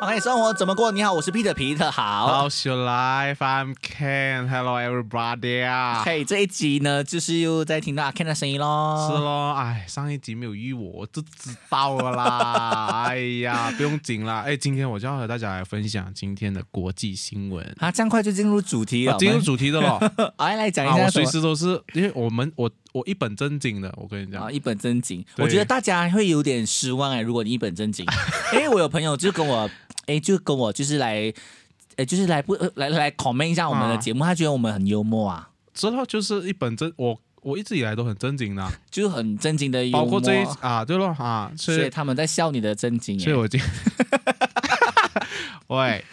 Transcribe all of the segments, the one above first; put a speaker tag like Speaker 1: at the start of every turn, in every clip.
Speaker 1: 爱生活怎么过？你好，我是 Peter 皮特，好。
Speaker 2: How's your life? I'm Ken. Hello, everybody 啊！
Speaker 1: 嘿、这一集呢，就是又在听到阿 Ken 的声音咯。
Speaker 2: 是咯，哎，上一集没有遇我，我就知道了 啦。哎呀，不用紧啦。哎，今天我就要和大家来分享今天的国际新闻，
Speaker 1: 啊，这样快就进入主题了。
Speaker 2: 啊、进入主题的咯。
Speaker 1: 哎我们哎，来 讲一
Speaker 2: 啊，
Speaker 1: 下
Speaker 2: 我
Speaker 1: 什
Speaker 2: 随
Speaker 1: 么、
Speaker 2: 时都是，因为我们我我一本正经的，我跟你讲
Speaker 1: 啊，，一本正经。
Speaker 2: 对
Speaker 1: 我觉得大家会有点失望哎、如果你一本正 经，因为我有朋友就跟我，哎、就跟我就是来，哎、就是来不呃来来 comment 一下我们的
Speaker 2: 啊
Speaker 1: 节目，他觉得我们很幽默啊。
Speaker 2: 之后就是一本正，我我一直以来都很正经的啊，
Speaker 1: 就是很正经的幽默，
Speaker 2: 包括这一啊，对咯啊，所
Speaker 1: 所以
Speaker 2: 以
Speaker 1: 他们在笑你的正经
Speaker 2: 所以
Speaker 1: 耶。
Speaker 2: 我今 喂，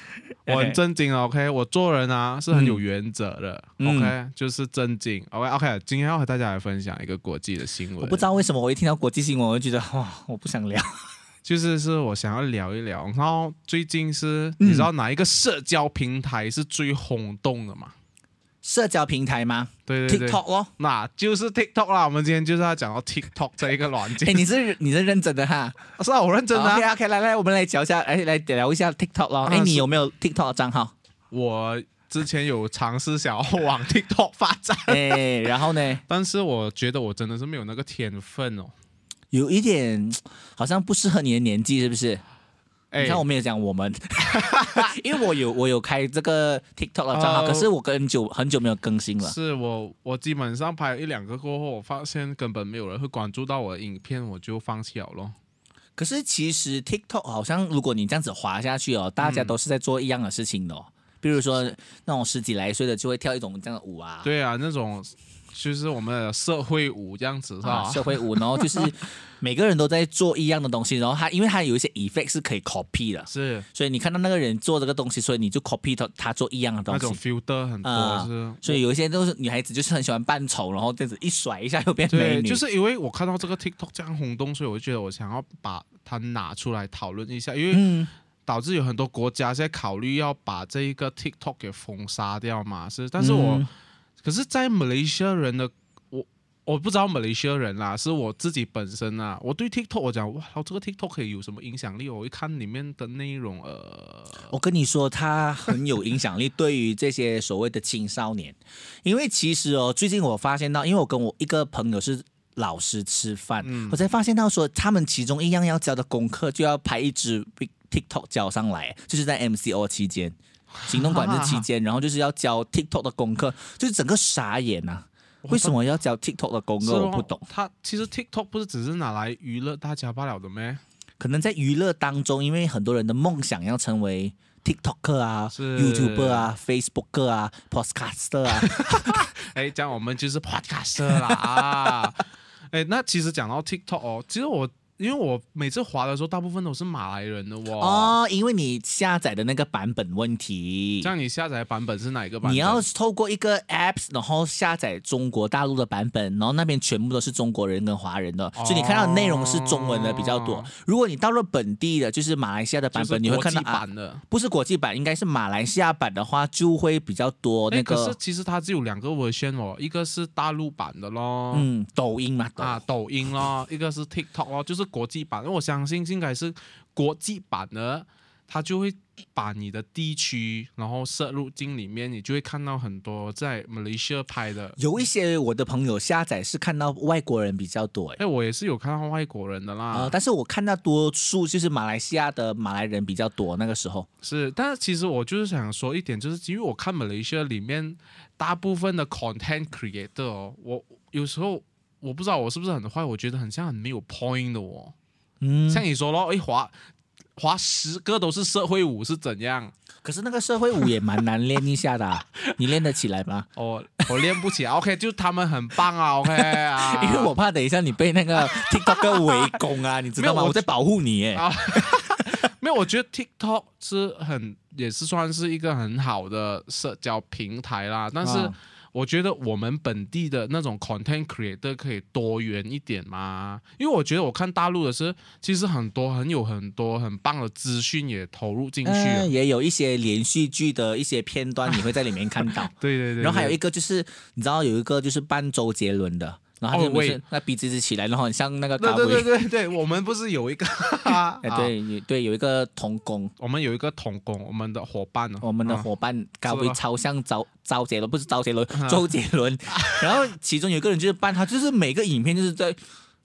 Speaker 2: 我很正经啊，OK，我做人啊是很有原则的、
Speaker 1: 嗯
Speaker 2: o k 就是正经，OK OK，今天要和大家来分享一个国际的新闻，
Speaker 1: 我不知道为什么我一听到国际新闻，我就觉得哇，我不想聊。
Speaker 2: 就是是我想要聊一聊，然后最近是、
Speaker 1: 嗯
Speaker 2: 你知道哪一个社交平台是最轰动的吗？
Speaker 1: 社交平台吗
Speaker 2: 对对对。
Speaker 1: ？TikTok 咯。
Speaker 2: 那就是 TikTok 啦，我们今天就是要讲到 TikTok 这一个软
Speaker 1: 哎、
Speaker 2: 件，
Speaker 1: 你哦是你是认真的哈？
Speaker 2: 是啊，我认真的啊、
Speaker 1: OK OK，来来，我们来聊一下，来哎来聊一下 TikTok 咯。
Speaker 2: 啊
Speaker 1: 哎、你
Speaker 2: 是
Speaker 1: 有没有 TikTok 的账 号？
Speaker 2: 我之前有尝试想要往 TikTok 发展，
Speaker 1: 哎、然后呢，
Speaker 2: 但是我觉得我真的是没有那个天分哦。
Speaker 1: 有一点好像不适合你的年纪，是不是？
Speaker 2: 哎
Speaker 1: 你看我没有讲我们， 因为我有我有开这个 TikTok 的账号，
Speaker 2: 哦
Speaker 1: 可是我很久很久没有更新了。
Speaker 2: 是我，我基本上拍了一两个过后，我发现根本没有人会关注到我的影片，我就放弃了咯。
Speaker 1: 可是其实 TikTok 好像，如果你这样子滑下去哦，大家都是在做一样的事情的、哦。比如说那种十几来岁的就会跳一种这样的舞啊，
Speaker 2: 对啊，那种就是我们的社会舞这样子是吧？
Speaker 1: 啊，社会舞，然后就是 每个人都在做一样的东西，然后他因为他有一些 effect 是可以 copy 的，
Speaker 2: 是
Speaker 1: 所以你看到那个人做这个东西，所以你就 copy 他他做一样的
Speaker 2: 那
Speaker 1: 东
Speaker 2: 种
Speaker 1: 西。
Speaker 2: filter 很多、
Speaker 1: 啊
Speaker 2: 是。
Speaker 1: 所以有一些都是女孩子，就是很喜欢扮丑，然后这样子一甩一下又变美
Speaker 2: 对，
Speaker 1: 女。
Speaker 2: 就是因为我看到这个 TikTok 这样轰动，所以我就觉得我想要把它拿出来讨论一下，因为
Speaker 1: 嗯，
Speaker 2: 导致有很多国家在考虑要把这一个 TikTok 给封杀掉嘛。是，但是我、
Speaker 1: 嗯
Speaker 2: 可是，在马来西亚人的我，我不知道马来西亚人啦，是我自己本身啊。我对 TikTok 我讲，哇，这个 TikTok 可以有什么影响力哦？我一看里面的内容，呃，
Speaker 1: 我跟你说，它很有影响力，对于这些所谓的青少年， 因为其实哦，最近我发现到，因为我跟我一个朋友是。老师吃饭，我才发现到说，他们其中一样要交的功课就要拍一支 TikTok 交上来，就是在 MCO 期间，行动管制期间，然后就是要交 TikTok 的功课，就是整个傻眼呐、为什么要交 TikTok 的功
Speaker 2: 是哦
Speaker 1: 课？我不懂。。
Speaker 2: 它其实 TikTok 不是只是拿来娱乐大家罢了的咩？
Speaker 1: 可能在娱乐当中，因为很多人的梦想要成为 TikToker 啊、
Speaker 2: 是
Speaker 1: YouTuber 啊、Facebooker 啊、Podcaster 啊，
Speaker 2: 哎，这样我们就是 podcast 啦 啊！哎，那其实讲到 TikTok 哦，其实我因为我每次滑的时候，大部分都是马来人的 哦。
Speaker 1: 哦，因为你下载的那个版本问题
Speaker 2: 像，你下载的版本是哪一个版本？
Speaker 1: 你要透过一个 apps，然后下载中国大陆的版本，然后那边全部都是中国人跟华人的，
Speaker 2: 哦
Speaker 1: 所以你看到的内容是中文的比较多。如果你到了本地的，就是马来西亚的版
Speaker 2: 就是
Speaker 1: 本，你会
Speaker 2: 国
Speaker 1: 看到
Speaker 2: 际
Speaker 1: 啊，
Speaker 2: 版的。
Speaker 1: 不是国际版，应该是马来西亚版的话，就会比较多那
Speaker 2: 哎可
Speaker 1: 个
Speaker 2: 是其实它只有两个 version 哦，一个是大陆版的咯，
Speaker 1: 嗯抖音嘛，抖
Speaker 2: 啊，抖音咯，一个是 TikTok 咯，就是国际版。我相信应该是国际版的，它就会把你的地区然后摄入进里面，你就会看到很多在马来西亚拍的。
Speaker 1: 有一些我的朋友下载是看到外国人比较多、欸，
Speaker 2: 哎，我也是有看到外国人的啦，
Speaker 1: 呃，但是我看到多数就是马来西亚的马来人比较多，那个时候，
Speaker 2: 是，但是其实我就是想说一点，就是因为我看马来西亚里面大部分的 content creator，、哦、我有时候我不知道我是不是很坏，我觉得很像很没有 point 的哦。
Speaker 1: 嗯，
Speaker 2: 像你说咯，一滑滑十个都是社会舞是怎样？
Speaker 1: 可是那个社会舞也蛮难练一下的啊、 你练得起来吗？
Speaker 2: 哦，我练不起来。OK，就他们很棒啊。OK 啊，
Speaker 1: 因为我怕等一下你被那个 TikTok 围攻 啊，你知道
Speaker 2: 没
Speaker 1: 吗？
Speaker 2: 有
Speaker 1: 我
Speaker 2: 我
Speaker 1: 在保护你耶。
Speaker 2: 啊没有，我觉得 TikTok 是很也是算是一个很好的社交平台啦，但是
Speaker 1: 啊。
Speaker 2: 我觉得我们本地的那种 content creator 可以多元一点嘛，因为我觉得我看大陆的是，其实很多很有很多很棒的资讯也投入进去啊了。
Speaker 1: 嗯，也有一些连续剧的一些片段，你会在里面看到。
Speaker 2: 对对对对，
Speaker 1: 然后还有一个就是，你知道有一个就是扮周杰伦的，然后他就
Speaker 2: 哦
Speaker 1: 不是
Speaker 2: 喂
Speaker 1: 那鼻子直起来，然后很像那个
Speaker 2: 对
Speaker 1: 嘎
Speaker 2: 对对
Speaker 1: 威。
Speaker 2: 对对，我们不是 有一个，啊
Speaker 1: 哎，，对有对，有一个童工，
Speaker 2: 我们有一个童工，我们的伙伴呢，
Speaker 1: 我们的
Speaker 2: 啊
Speaker 1: 伙伴高威
Speaker 2: 是吗
Speaker 1: 超像周周杰伦，不是周杰伦，
Speaker 2: 啊
Speaker 1: 周杰 伦。然后其中有一个人就是扮他，就是每个影片就是在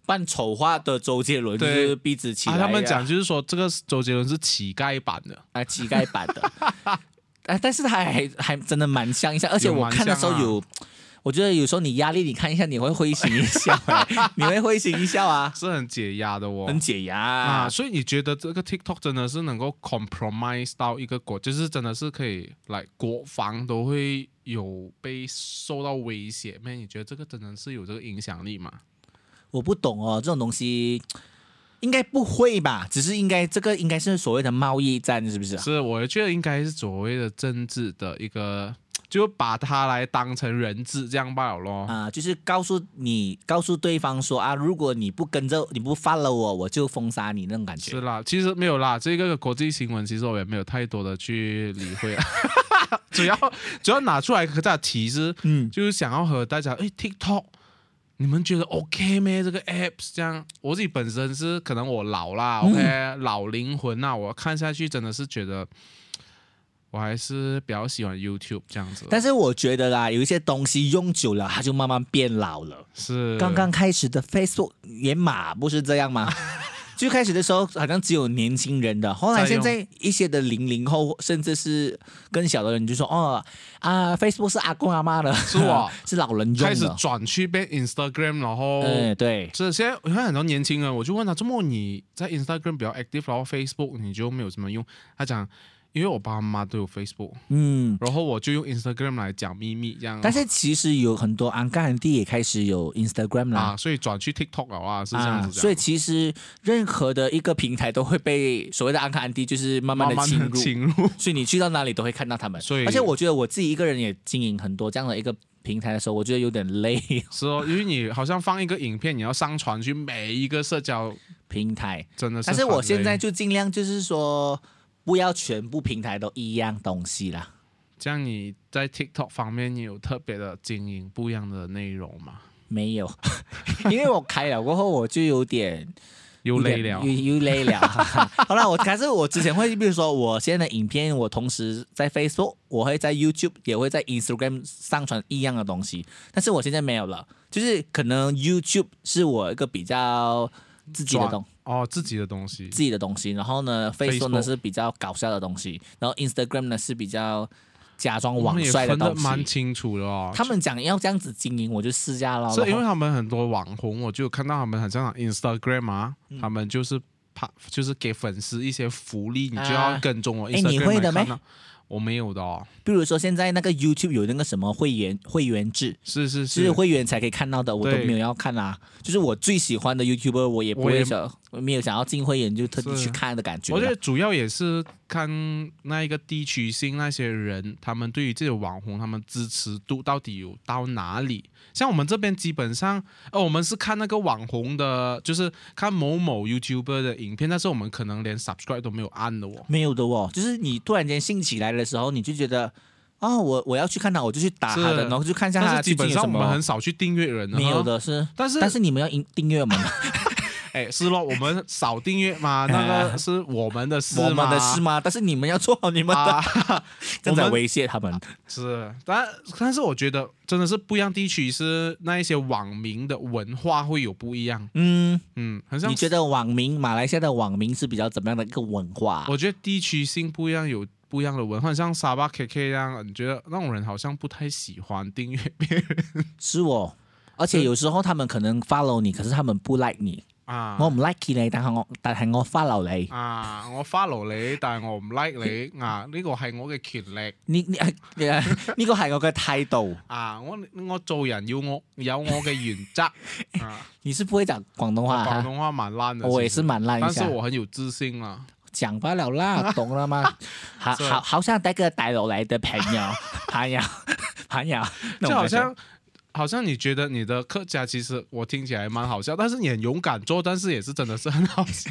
Speaker 1: 扮丑化的周杰伦，就
Speaker 2: 对
Speaker 1: 是鼻子起来
Speaker 2: 啊，
Speaker 1: 呀、
Speaker 2: 他们讲就是说这个周杰伦是乞丐版的，
Speaker 1: 啊乞丐版 的，啊，但是他还还真的蛮像一下，而且
Speaker 2: 有
Speaker 1: 我
Speaker 2: 蛮
Speaker 1: 看的
Speaker 2: 像
Speaker 1: 时候
Speaker 2: 啊
Speaker 1: 有，我觉得有时候你压力，你看一下你会会心一 笑、哎你会会心一笑啊，
Speaker 2: 是很解压的哦。
Speaker 1: 很解压
Speaker 2: 啊，
Speaker 1: 啊。
Speaker 2: 所以你觉得这个 TikTok 真的是能够 compromise 到一个国，就是真的是可以来国防都会有被受到威胁？妹，你觉得这个真的是有这个影响力吗？
Speaker 1: 我不懂哦，这种东西应该不会吧？只是应该这个应该是所谓的贸易战，是不是啊？
Speaker 2: 是，我觉得应该是所谓的政治的一个，就把它来当成人质这样罢了咯。
Speaker 1: 啊、就是告诉你，告诉对方说啊，如果你不跟着，你不 follow 我，我就封杀你那种感觉
Speaker 2: 是。啦，其实没有啦，这个国际新闻其实我也没有太多的去理会 啊，主要主要拿出来和大家提示，
Speaker 1: 嗯，
Speaker 2: 就是想要和大家，哎，TikTok，你们觉得 OK 咩？这个 apps 这样，我自己本身是可能我老啦，OK，、老
Speaker 1: 嗯
Speaker 2: 灵魂啦，我看下去真的是觉得，我还是比较喜欢 YouTube 这样子。
Speaker 1: 但是我觉得啦，有一些东西用久了，它就慢慢变老了。
Speaker 2: 是
Speaker 1: 刚刚开始的 Facebook 也马不是这样 吗？最开始的时候好像只有年轻人的，后来
Speaker 2: 在
Speaker 1: 现
Speaker 2: 用
Speaker 1: 在一些的零零后，甚至是更小的人就说哦啊，Facebook 是阿公阿妈的，
Speaker 2: 是我
Speaker 1: 是老人用
Speaker 2: 开始哦
Speaker 1: 的，
Speaker 2: 转去变 Instagram，然后。
Speaker 1: 嗯对，
Speaker 2: 这现在我看很多年轻人，我就问他，周末你在 Instagram 比较 active，然后 Facebook 你就没有什么用？他讲，因为我爸妈都有 Facebook，
Speaker 1: 嗯。
Speaker 2: 然后我就用 Instagram 来讲秘密这样。
Speaker 1: 但是其实有很多啊安干地也开始有 Instagram 啦，
Speaker 2: 啊，所以转去 TikTok 了啊，是这样子讲、
Speaker 1: 所以其实任何的一个平台都会被所谓的安卡安迪，就是慢慢
Speaker 2: 慢
Speaker 1: 的侵
Speaker 2: 慢的
Speaker 1: 入。
Speaker 2: 侵入。
Speaker 1: 所以你去到哪里都会看到他们。
Speaker 2: 所以
Speaker 1: 而且我觉得我自己一个人也经营很多这样的一个平台的时候，我觉得有点累。
Speaker 2: 是哦，因为你好像放一个影片，你要上传去每一个社交，
Speaker 1: 平台，
Speaker 2: 真的是
Speaker 1: 但
Speaker 2: 很累。
Speaker 1: 是我现在就尽量就是说，不要全部平台都一样东西啦。
Speaker 2: 这样，你在 TikTok 方面，你有特别的经营不一样的内容吗？
Speaker 1: 没有， 因为我开了过后，我就有点
Speaker 2: 又累了
Speaker 1: 有，点又又累了。 好了，我还是我之前会，比如说我现在的影片，我同时在 Facebook，我会在 YouTube，也会在 Instagram 上传一样的东西，但是我现在没有了，就是可能 YouTube 是我一个比较自己的
Speaker 2: 转
Speaker 1: 东
Speaker 2: 哦，自己的东西
Speaker 1: 自己的东西，然后呢 Facebook
Speaker 2: Facebook
Speaker 1: 呢是比较搞笑的东西，然后 Instagram 呢是比较假装
Speaker 2: 我
Speaker 1: 网
Speaker 2: 们也
Speaker 1: 帅的
Speaker 2: 分的
Speaker 1: 东
Speaker 2: 蛮
Speaker 1: 西。
Speaker 2: 清楚的哦。
Speaker 1: 他们讲要这样子经营，我就试下了。
Speaker 2: 是
Speaker 1: 然
Speaker 2: 因
Speaker 1: 后
Speaker 2: 为他们很多网红，我就有看到他们很像 Instagram 啊，
Speaker 1: 嗯
Speaker 2: 他们就是怕就是给粉丝一些福利，你就要
Speaker 1: 啊
Speaker 2: 跟踪我
Speaker 1: 诶你
Speaker 2: Instagram
Speaker 1: 会的
Speaker 2: 来看
Speaker 1: 咩
Speaker 2: 啊。我没有的哦，
Speaker 1: 比如说现在那个 YouTube 有那个什么会员会员制，
Speaker 2: 是是
Speaker 1: 是会员才可以看到的，我都
Speaker 2: 对
Speaker 1: 没有要看啊。就是我最喜欢的 YouTuber，我也不
Speaker 2: 我也
Speaker 1: 会想我没有想要进会员就特地去看的感觉
Speaker 2: 我觉
Speaker 1: 了。
Speaker 2: 得主要也是看那一个地区性那些人，他们对于这些网红，他们支持度到底有到哪里？像我们这边基本上，呃，我们是看那个网红的，就是看某某 YouTuber 的影片，但是我们可能连 subscribe 都没有按的哦。
Speaker 1: 没有的哦，就是你突然间兴起来的时候，你就觉得哦，我我要去看他，我就去打他的，
Speaker 2: 是
Speaker 1: 然后就看一下
Speaker 2: 但
Speaker 1: 他
Speaker 2: 是
Speaker 1: 最近
Speaker 2: 基本
Speaker 1: 有
Speaker 2: 上
Speaker 1: 什
Speaker 2: 我们
Speaker 1: 么
Speaker 2: 很。少去订阅人，
Speaker 1: 没有。的是，
Speaker 2: 但是
Speaker 1: 但是你们要订订阅我们，
Speaker 2: 哎，是咯，我们少订 阅嘛，那个 是我们的事嘛，
Speaker 1: 我们的事吗？但是你们要做好你们的，
Speaker 2: 啊，
Speaker 1: 正在
Speaker 2: 我们
Speaker 1: 威胁他们。
Speaker 2: 是，但但是我觉得真的是不一样地区是那一些网民的文化会有不一样，
Speaker 1: 嗯，
Speaker 2: 嗯，很像
Speaker 1: 你觉得网民马来西亚的网民是比较怎么样的一个文化？
Speaker 2: 我觉得地区性不一样有。不一样的文化，像沙巴 KK 一样，你觉得那种人好像不太喜欢订阅别人
Speaker 1: 是哦，而且
Speaker 2: 是
Speaker 1: 有时候他们可能 follow 你，可是他们不 like 你。
Speaker 2: 啊
Speaker 1: 我唔 like 你，但系我但系我 follow 你。
Speaker 2: 啊！我 follow 你，但系我唔 like 你啊！呢個係我嘅權力
Speaker 1: 呢呢啊呢個係我嘅態度。
Speaker 2: 啊！我我做人要我有我嘅原 則啊！
Speaker 1: 你是不會講廣東話
Speaker 2: 廣
Speaker 1: 啊？
Speaker 2: 東話蠻爛的，
Speaker 1: 我也
Speaker 2: 其實
Speaker 1: 是蠻爛
Speaker 2: 但
Speaker 1: 一
Speaker 2: 是
Speaker 1: 下，
Speaker 2: 我很有自信啊啦。
Speaker 1: 講不了 啦，懂了嗎？好
Speaker 2: 是
Speaker 1: 好好像帶個大陸來的朋友， 朋友，朋友，那
Speaker 2: 就
Speaker 1: 種
Speaker 2: 好
Speaker 1: 感覺
Speaker 2: 像好像你觉得你的客家其实我听起来蛮好笑，但是你很勇敢做，但是也是真的是很好 笑。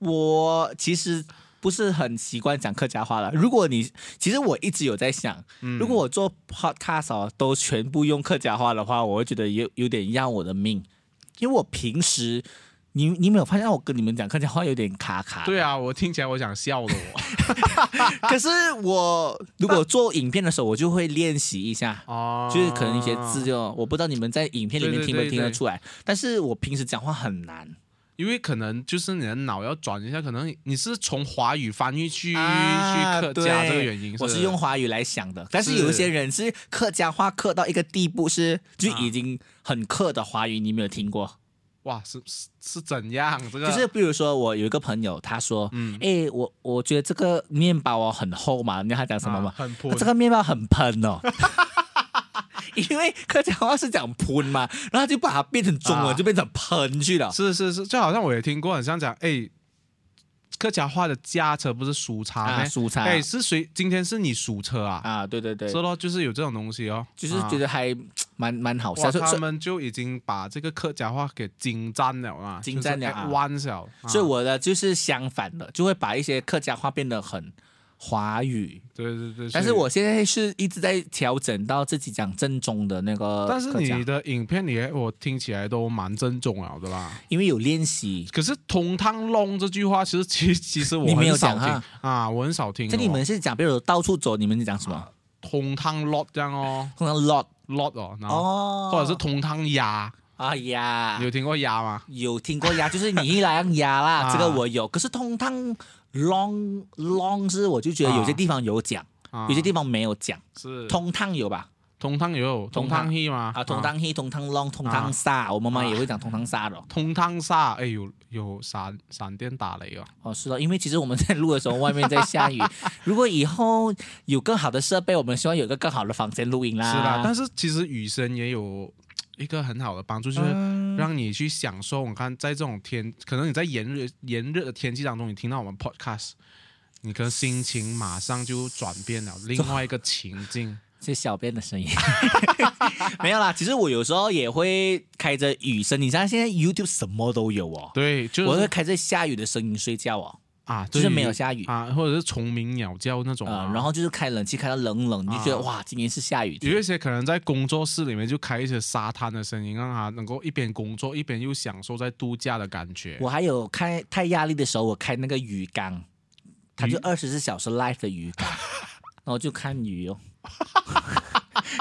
Speaker 1: 我其实不是很习惯讲客家话了。如果你其实我一直有在想，
Speaker 2: 嗯
Speaker 1: 如果我做 podcast 哦，都全部用客家话的话，我会觉得有有点要我的命。因为我平时。你你没有发现我跟你们讲客家话有点卡卡？
Speaker 2: 对啊，我听起来我想笑了
Speaker 1: 可是我如果做影片的时候，我就会练习一下，
Speaker 2: 我哦，
Speaker 1: 就是可能一些字就我不知道你们在影片里面
Speaker 2: 对对
Speaker 1: 听没
Speaker 2: 对
Speaker 1: 听得
Speaker 2: 对
Speaker 1: 出来，但是我平时讲话很难。
Speaker 2: 因为可能就是你的脑要转一下，可能你是从华语翻译去、
Speaker 1: 啊
Speaker 2: 去客家
Speaker 1: 对
Speaker 2: 这个原因，
Speaker 1: 我是用华语来想的，但是
Speaker 2: 是
Speaker 1: 有一些人是客家话客到一个地步是，
Speaker 2: 啊
Speaker 1: 就已经很客的华语，你没有听过？
Speaker 2: 哇是是是怎样这个？
Speaker 1: 就是比如说，我有一个朋友，他说：“
Speaker 2: 啊嗯，
Speaker 1: 哎、我我觉得这个面包哦很厚嘛。”你知道他讲什么吗
Speaker 2: 啊？很
Speaker 1: 啊
Speaker 2: 破
Speaker 1: 这个面包很喷哦。因为客家话是讲喷嘛，然后他就把它变成中文，
Speaker 2: 啊
Speaker 1: 就变成喷去了。
Speaker 2: 是是是，就好像我也听过，很像讲哎，客家话的家车不是属
Speaker 1: 啊
Speaker 2: 茶咩？
Speaker 1: 蔬菜
Speaker 2: 哎、是谁？今天是你属车啊？
Speaker 1: 啊，对对对，
Speaker 2: 是咯，就是有这种东西哦，
Speaker 1: 就是
Speaker 2: 啊
Speaker 1: 觉得哦还蛮蛮好笑，
Speaker 2: 哇，
Speaker 1: 所以
Speaker 2: 他
Speaker 1: 所以
Speaker 2: 们就已经把这个客家话给精湛了啊，
Speaker 1: 精湛了啊
Speaker 2: 就是弯了，啊
Speaker 1: 所以我的就是相反的，就会把一些客家话变得很华语。
Speaker 2: 对对对，
Speaker 1: 但是
Speaker 2: 所以
Speaker 1: 我现在是一直在调整到自己讲正宗的那个
Speaker 2: 但是
Speaker 1: 呃客家
Speaker 2: 你的影片里，我听起来都蛮正宗了的啦。
Speaker 1: 因为有练习，
Speaker 2: 可是“同汤弄”这句话，其实 其其实我
Speaker 1: 你没有
Speaker 2: 很少
Speaker 1: 讲
Speaker 2: 听
Speaker 1: 啊
Speaker 2: 啊，我很少听哦。啊
Speaker 1: 在你们是讲，比如到处走，你们是讲什么？
Speaker 2: “同汤 lot” 这样哦
Speaker 1: 通常 lot
Speaker 2: ，lot 哦，然后
Speaker 1: 哦，
Speaker 2: 或者是“同汤鸭
Speaker 1: 哎”，呀
Speaker 2: 你，有听过鸭吗？
Speaker 1: 有听过鸭， 就是你一来鸭啦，
Speaker 2: 啊
Speaker 1: 这个我有。可是通常 long long 是我就觉得有些地方有讲，
Speaker 2: 啊
Speaker 1: 有些地方没有讲。
Speaker 2: 是
Speaker 1: 通汤有吧？
Speaker 2: 同汤也有
Speaker 1: 同
Speaker 2: 同
Speaker 1: 汤
Speaker 2: 汤戏吗？
Speaker 1: 啊，通汤黑、通汤 long、通汤沙，我妈
Speaker 2: 啊
Speaker 1: 妈也会讲通汤沙的哦。
Speaker 2: 同汤沙，哎有有闪闪电打雷哦。
Speaker 1: 哦，是的，因为其实我们在录的时候，外面在下 雨。如果以后有更好的设备，我们希望有一个更好的房间录音啦。
Speaker 2: 是啦，但是其实雨声也有一个很好的帮助，就是
Speaker 1: 嗯
Speaker 2: 让你去享受。我看在这种天，可能你在炎热炎热的天气当中，你听到我们 podcast，你可能心情马上就转 变了，另外一个情境。
Speaker 1: 是小便的声音， 没有啦。其实我有时候也会开着雨声，你像现在 YouTube 什么都有哦。
Speaker 2: 对，就
Speaker 1: 我会
Speaker 2: 是
Speaker 1: 开着下雨的声音睡觉哦，
Speaker 2: 啊，
Speaker 1: 就是
Speaker 2: 对于
Speaker 1: 没有下雨
Speaker 2: 啊，或者是虫鸣鸟叫那种、啊
Speaker 1: 呃，然后就是开冷气开到冷冷，你就觉得、
Speaker 2: 啊
Speaker 1: 哇，今天是下雨天。
Speaker 2: 有一些可能在工作室里面就开一些沙滩的声音，让他能够一边工作一边又享受在度假的感觉。
Speaker 1: 我还有开太压力的时候，我开那个鱼缸，它就
Speaker 2: 鱼
Speaker 1: 二十四小时 live 的鱼 缸，然后就看鱼哦。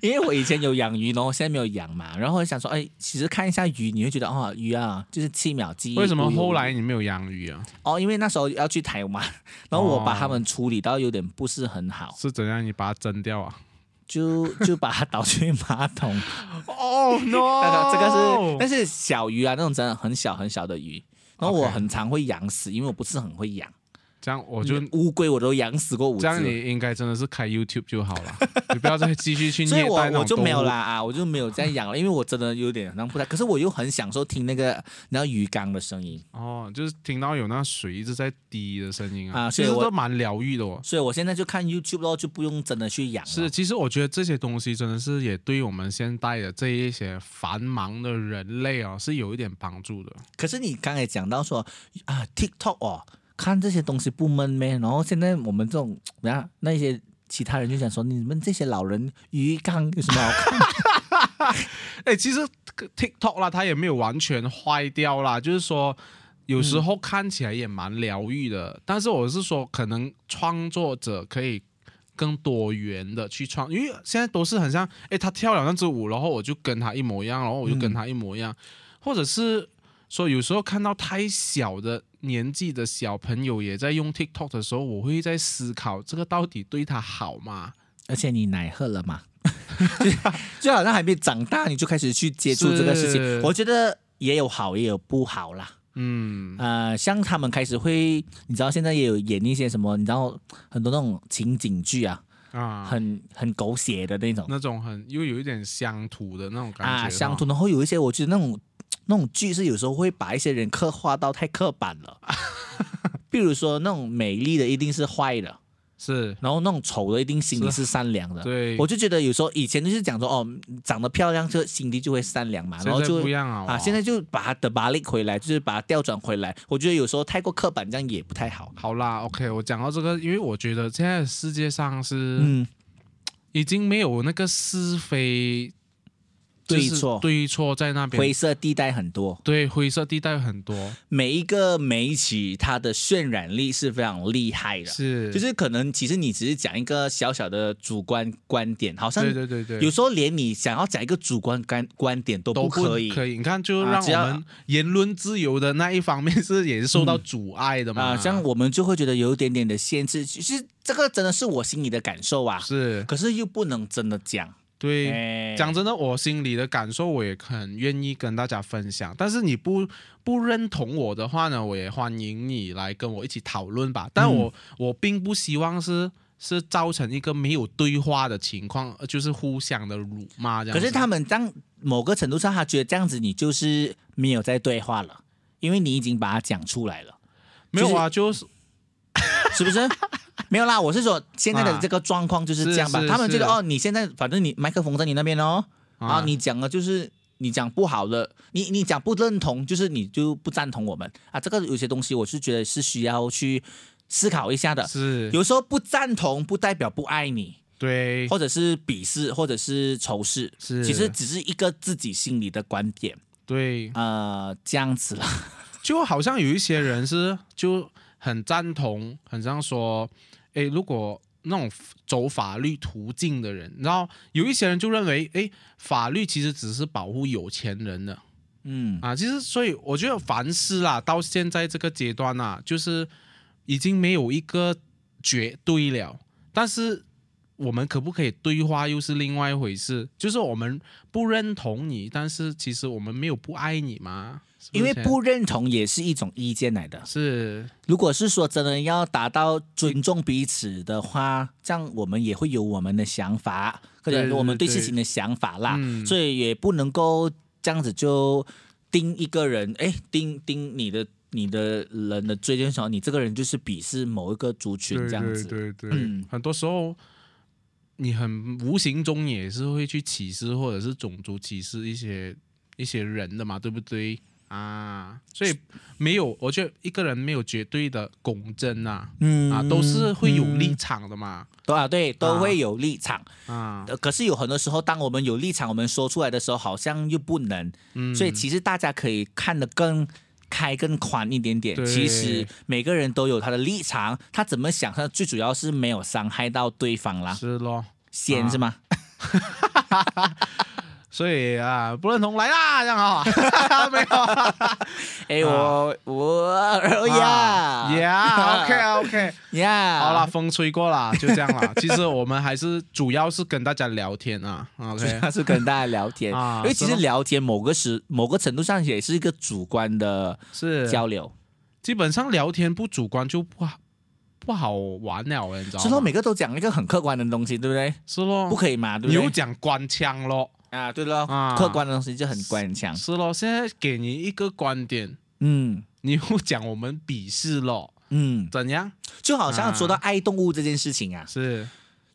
Speaker 1: 因为我以前有养鱼，然后现在没有养嘛，然后我想说，哎，其实看一下鱼，你会觉得哦，鱼啊，就是七秒记忆。
Speaker 2: 为什么
Speaker 1: 无忧无
Speaker 2: 后
Speaker 1: 虑
Speaker 2: 来你没有养鱼啊？
Speaker 1: 哦？因为那时候要去台湾，然后我把
Speaker 2: 哦
Speaker 1: 它们处理到有点不是很好，
Speaker 2: 是怎样？你把它蒸掉 啊？
Speaker 1: 就就把它倒去马桶。Oh
Speaker 2: 哦、
Speaker 1: 那个
Speaker 2: no，
Speaker 1: 这个是，
Speaker 2: 哦
Speaker 1: 但是小鱼啊，那种真的很小很小的鱼。然后我
Speaker 2: OK
Speaker 1: 很常会养死，因为我不是很会养。
Speaker 2: 这样我就
Speaker 1: 乌龟我都养死过五
Speaker 2: 这样，
Speaker 1: 只，
Speaker 2: 你应该真的是开 YouTube 就好 了，你不要再继续去
Speaker 1: 所以
Speaker 2: 虐
Speaker 1: 我
Speaker 2: 待那种
Speaker 1: 我就
Speaker 2: 动物
Speaker 1: 没有啦。啊，我就没有再养了，因为我真的有点好像不太。可是我又很享受听那个然后鱼缸的声音，
Speaker 2: 哦，就是听到有那水一直在滴的声音啊，
Speaker 1: 啊所
Speaker 2: 其
Speaker 1: 以
Speaker 2: 实
Speaker 1: 我
Speaker 2: 都蛮疗愈的哦。
Speaker 1: 所以我现在就看 YouTube 咯，就不用真的去养了。
Speaker 2: 是，其实我觉得这些东西真的是也对我们现代的这一些繁忙的人类啊、是有一点帮助的。
Speaker 1: 可是你刚才讲到说啊，TikTok 哦，看这些东西不闷咩？然后现在我们这种，然后那些其他人就想说，你们这些老人鱼缸有什么好 看？
Speaker 2: 哎，其实 TikTok 啦，它也没有完全坏掉啦，就是说有时候看起来也蛮疗愈的。但是我是说，可能创作者可以更多元的去创，因为现在都是很像，哎，他跳了那支舞，然后我就跟他一模一样，然后我就跟他一模一样，或者是说有时候看到太小的。年纪的小朋友也在用 TikTok 的时候，我会在思考这个到底对他好吗？
Speaker 1: 而且你奶喝了嘛， 就就好像还没长大，你就开始去接触这个事情
Speaker 2: 是，
Speaker 1: 我觉得也有好也有不好啦。
Speaker 2: 嗯，
Speaker 1: 呃，像他们开始会，你知道现在也有演一些什么，你知道很多那种情景剧啊，
Speaker 2: 啊，
Speaker 1: 很很狗血的那种
Speaker 2: 那种很又有一点乡土的那种感觉哦
Speaker 1: 啊，乡土，
Speaker 2: 哈
Speaker 1: 然后有一些我觉得那种那种剧是有时候会把一些人刻画到太刻板 了，比如说那种美丽的一定是坏的，
Speaker 2: 是
Speaker 1: 然后那种丑的一定心里是善良的，
Speaker 2: 对，
Speaker 1: 我就觉得有时候以前就是讲说哦，长得漂亮就心地就会善良嘛，然后
Speaker 2: 现在
Speaker 1: 就
Speaker 2: 不一样啊，
Speaker 1: 啊，现在就把它的把力回来，就是把它调转回来。我觉得有时候太过刻板这样也不太好。
Speaker 2: 好啦，OK，我讲到这个，因为我觉得现在世界上是
Speaker 1: 嗯，
Speaker 2: 已经没有那个是非就是
Speaker 1: 对错
Speaker 2: 对错在那边，
Speaker 1: 灰色地带很多，
Speaker 2: 对灰色地带很多，
Speaker 1: 每一个媒体它的渲染力是非常厉害的，
Speaker 2: 是
Speaker 1: 啊就是可能其实你只是讲一个小小的主观观点，好像
Speaker 2: 对对对对，
Speaker 1: 有时候连你想要讲一个主观观观点都
Speaker 2: 都
Speaker 1: 不可以
Speaker 2: 以，可以，你看就
Speaker 1: 啊
Speaker 2: 让
Speaker 1: 只
Speaker 2: 我
Speaker 1: 要嗯
Speaker 2: 们言论自由的那一方面是也是受到阻碍的嘛，
Speaker 1: 啊，这样我们就会觉得有一点点的限制。其实这个真的是我心里的感受啊，
Speaker 2: 是
Speaker 1: 可是又不能真的讲。
Speaker 2: 对。
Speaker 1: 哎
Speaker 2: 讲真的，我心里的感受我也很愿意跟大家分享。但是你不不认同我的话呢，我也欢迎你来跟我一起讨论吧。但
Speaker 1: 嗯
Speaker 2: 我、我并不希望是是造成一个没有对话的情况，呃就是互相的辱骂这样
Speaker 1: 可
Speaker 2: 子。
Speaker 1: 是他们当某个程度上，他觉得这样子你就是没有在对话了，因为你已经把它讲出来了，
Speaker 2: 没有啊，就是
Speaker 1: 是 不是？没有啦，我是说现在的这个状况就是这样吧。
Speaker 2: 啊是是
Speaker 1: 他们觉得
Speaker 2: 是
Speaker 1: 哦，你现在反正你麦克风在你那边哦，啊，
Speaker 2: 啊
Speaker 1: 你讲的就是你讲不好的，你你讲不认同，就是你就不赞同我们啊。这个有些东西我是觉得是需要去思考一下的。
Speaker 2: 是
Speaker 1: 有时候不赞同不代表不爱你，
Speaker 2: 对
Speaker 1: 或者是鄙视，或者是仇视，
Speaker 2: 是
Speaker 1: 其实只是一个自己心里的观点，
Speaker 2: 对，
Speaker 1: 呃，这样子啦。
Speaker 2: 就好像有一些人是就很赞同，很像说，诶，如果那种走法律途径的人，然后有一些人就认为，诶，法律其实只是保护有钱人的
Speaker 1: 嗯，
Speaker 2: 啊。其实，所以我觉得凡事啦，到现在这个阶段啊，就是已经没有一个绝对了，但是。我们可不可以对话又是另外一回事，就是我们不认同你，但是其实我们没有不爱你嘛，是
Speaker 1: 因为
Speaker 2: 这样
Speaker 1: 不认同也是一种意见来的。
Speaker 2: 是
Speaker 1: 如果是说真的要达到尊重彼此的话，这样我们也会有我们的想法，或
Speaker 2: 对
Speaker 1: 者
Speaker 2: 对
Speaker 1: 我们对
Speaker 2: 对
Speaker 1: 事情的想法啦，
Speaker 2: 嗯
Speaker 1: 所以也不能够这样子就盯一个人，哎，盯盯你的你的人的追求，说你这个人就是鄙视某一个族群
Speaker 2: 对
Speaker 1: 这样子。
Speaker 2: 对对对，
Speaker 1: 嗯
Speaker 2: 很多时候你很无形中也是会去歧视或者是种族歧视一些一些人的嘛，对不对啊？所以没有，我觉得一个人没有绝对的公正啊，
Speaker 1: 嗯
Speaker 2: 啊，都是会有立
Speaker 1: 嗯
Speaker 2: 场的嘛，
Speaker 1: 都啊，对，都会有立场、
Speaker 2: 啊，
Speaker 1: 呃可是有很多时候，当我们有立场，我们说出来的时候，好像又不能。
Speaker 2: 嗯，
Speaker 1: 所以其实大家可以看得更开、更宽一点点。
Speaker 2: 对
Speaker 1: 其实每个人都有他的立场，他怎么想，他最主要是没有伤害到对方啦。
Speaker 2: 啊是咯。
Speaker 1: 先是吗？
Speaker 2: 所以啊，不认同来啦，这样 啊，没有啊，
Speaker 1: 哎、我我哦呀
Speaker 2: 啊，Yeah，OK，OK，、
Speaker 1: 呀，
Speaker 2: 好啦，，风吹过啦，就这样啦。其实我们还是主要是跟大家聊天啊，OK，
Speaker 1: 他是跟大家聊天，
Speaker 2: 啊
Speaker 1: 因为其
Speaker 2: 是
Speaker 1: 实
Speaker 2: 吗
Speaker 1: 聊天某个时某个程度上也是一个主观的
Speaker 2: 是
Speaker 1: 交流。
Speaker 2: 基本上聊天不主观就不好不好玩了，你知道
Speaker 1: 之后
Speaker 2: 吗？
Speaker 1: 每个都讲一个很客观的东西，对不对？
Speaker 2: 是咯，
Speaker 1: 不可以嘛，对
Speaker 2: 你
Speaker 1: 不
Speaker 2: 又
Speaker 1: 对？
Speaker 2: 讲官腔咯，
Speaker 1: 啊，对了，
Speaker 2: 啊
Speaker 1: 客观的东西就很官腔。
Speaker 2: 是咯，现在给你一个观点，
Speaker 1: 嗯
Speaker 2: 你又讲我们鄙视咯，
Speaker 1: 嗯，
Speaker 2: 怎样？
Speaker 1: 就好像说到
Speaker 2: 啊
Speaker 1: 爱动物这件事情啊，
Speaker 2: 是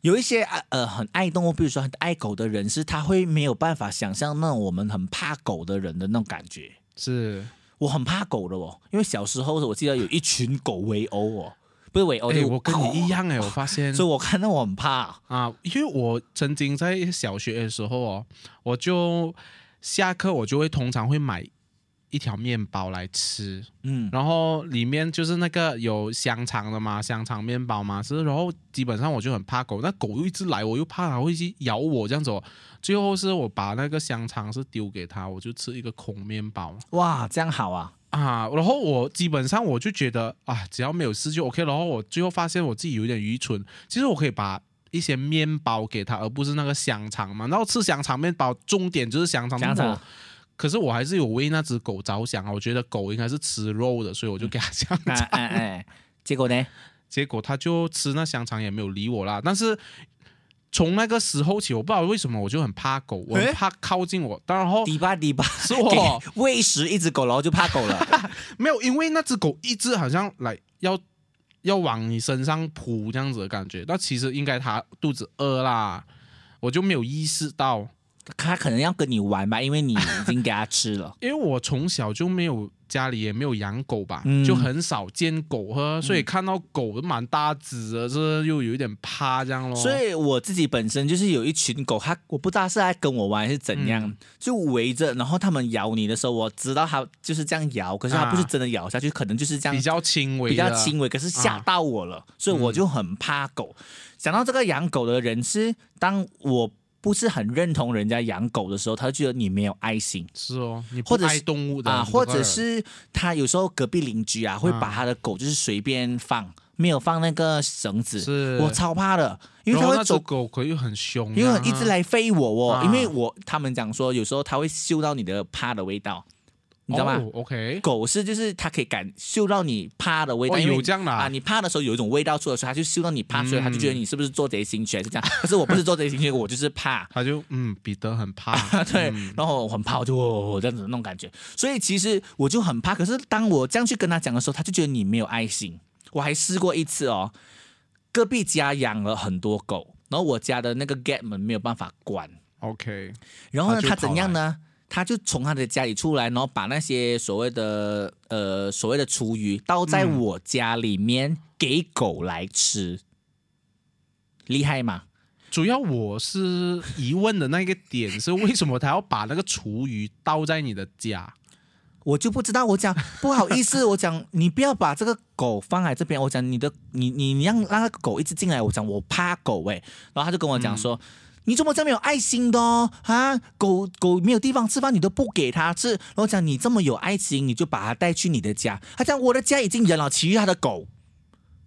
Speaker 1: 有一些啊呃很爱动物，比如说很爱狗的人，是他会没有办法想象那种我们很怕狗的人的那种感觉。
Speaker 2: 是，
Speaker 1: 我很怕狗的哦，因为小时候我记得有一群狗围殴哦，不是围殴，
Speaker 2: 哎、
Speaker 1: 就啊
Speaker 2: 我跟你一，样哎、我 发现
Speaker 1: 所以我看到我很怕。
Speaker 2: 啊，因为我曾经在小学的时候哦，我就下课我就会通常会买一条面包来吃，
Speaker 1: 嗯
Speaker 2: 然后里面就是那个有香肠的嘛，香肠面包嘛是，然后基本上我就很怕狗，那狗又一直来，我又怕它会去咬我这样子、哦，最后是我把那个香肠是丢给它，我就吃一个空面包
Speaker 1: 哇，这样好 啊，
Speaker 2: 啊，然后我基本上我就觉得啊，只要没有事就 OK，然后我最后发现我自己有点愚蠢，其实我可以把。一些面包给它，而不是那个香肠嘛。然后吃香肠面包，重点就是香肠。
Speaker 1: 香肠
Speaker 2: 可是我还是有为那只狗着想啊，我觉得狗应该是吃肉的，所以我就给它香
Speaker 1: 哎
Speaker 2: 肠。
Speaker 1: 哎哎，结果呢？
Speaker 2: 结果它就吃那香肠也没有理我啦。但是从那个时候起，我不知道为什么我就很怕狗，我很
Speaker 1: 诶
Speaker 2: 怕靠近我。然后
Speaker 1: 迪吧迪吧，
Speaker 2: 哦是哦我
Speaker 1: 给喂食一只狗，然后就怕狗了。
Speaker 2: 没有，因为那只狗一直好像来要要往你身上扑这样子的感觉，那其实应该它肚子饿啦，我就没有意识到。。
Speaker 1: 他可能要跟你玩吧，因为你已经给他吃了
Speaker 2: 因为我从小就没有家里也没有养狗吧，
Speaker 1: 嗯
Speaker 2: 就很少见狗呵，所以看到狗蛮大只的，这又有一点怕这样咯。
Speaker 1: 所以我自己本身就是有一群狗，它我不知道是在跟我玩还是怎样，
Speaker 2: 嗯
Speaker 1: 就围着，然后它们咬你的时候，我知道它就是这样咬，可是它
Speaker 2: 啊
Speaker 1: 不是真的咬下去，可能就是这样
Speaker 2: 比较轻微，嗯
Speaker 1: 比较轻。微，可是吓到我了，所以我就很怕狗。讲到这个养狗的人是，当我不是很认同人家养狗的时候，他就觉得你没有爱心。
Speaker 2: 是哦，你不
Speaker 1: 或者是
Speaker 2: 爱动物的
Speaker 1: 啊，
Speaker 2: 你
Speaker 1: 或
Speaker 2: 这
Speaker 1: 者
Speaker 2: 个人嗯
Speaker 1: 是他有时候隔壁邻居啊，会把他的狗就是随便放，没有放那个绳子，
Speaker 2: 是
Speaker 1: 我超怕的，因为
Speaker 2: 然
Speaker 1: 他
Speaker 2: 后
Speaker 1: 会
Speaker 2: 那只
Speaker 1: 走，
Speaker 2: 狗可又很凶啊，
Speaker 1: 因为一直来飞我哦，
Speaker 2: 啊
Speaker 1: 因为我他们讲说有时候他会嗅到你的怕的味道，你知道吗？
Speaker 2: 哦？OK，
Speaker 1: 狗是就是它可以感嗅到你怕的味道，
Speaker 2: 哦
Speaker 1: 因为
Speaker 2: 有这样的啊
Speaker 1: 啊，你怕的时候有一种味道出来的时候，它就嗅到你怕，所以它就觉得你是不是做贼心虚还是 这样？可是我不是做贼心虚，我就是怕。，
Speaker 2: 他就嗯，彼得很 怕
Speaker 1: 啊
Speaker 2: 嗯
Speaker 1: 对，然后我很怕，我就、哦、这样子那种感觉，所以其实我就很怕。可是当我这样去跟他讲的时候，他就觉得你没有爱心。我还试过一次哦，隔壁家养了很多狗，然后我家的那个 gate 门没有办法关，
Speaker 2: OK，
Speaker 1: 然后呢，
Speaker 2: 他就
Speaker 1: 他
Speaker 2: 跑
Speaker 1: 怎样呢？他就从他的家里出来，然后把那些所谓的呃所谓的厨余倒在我家里面给狗来吃，厉害吗？
Speaker 2: 主要我是疑问的那个点是，为什么他要把那个厨余倒在你的家？
Speaker 1: 我就不知道，我讲不好意思，我讲你不要把这个狗放在这边，我讲你的你你你让让那个狗一直进来，我讲我怕狗哎、然后他就跟我讲说。你怎么这么有爱心的哦？啊，狗狗没有地方吃饭，你都不给它吃。然后讲你这么有爱心，你就把它带去你的家。他讲我的家已经养了其他的狗，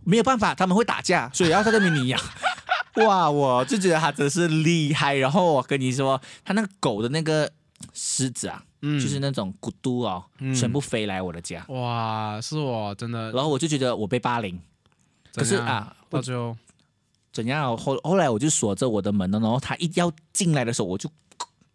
Speaker 1: 没有办法，他们会打架，所以要在这边你养。 哇，我就觉得他真是厉害。然后我跟你说，他那个狗的那个狮子啊，
Speaker 2: 嗯
Speaker 1: 就是那种咕嘟哦，
Speaker 2: 嗯
Speaker 1: 全部飞来我的家，
Speaker 2: 哇，是我真的。
Speaker 1: 然后我就觉得我被霸凌。可是
Speaker 2: 怎样
Speaker 1: 啊，
Speaker 2: 到最后
Speaker 1: 怎样？后后来我就锁着我的门了，然后他一要进来的时候，我就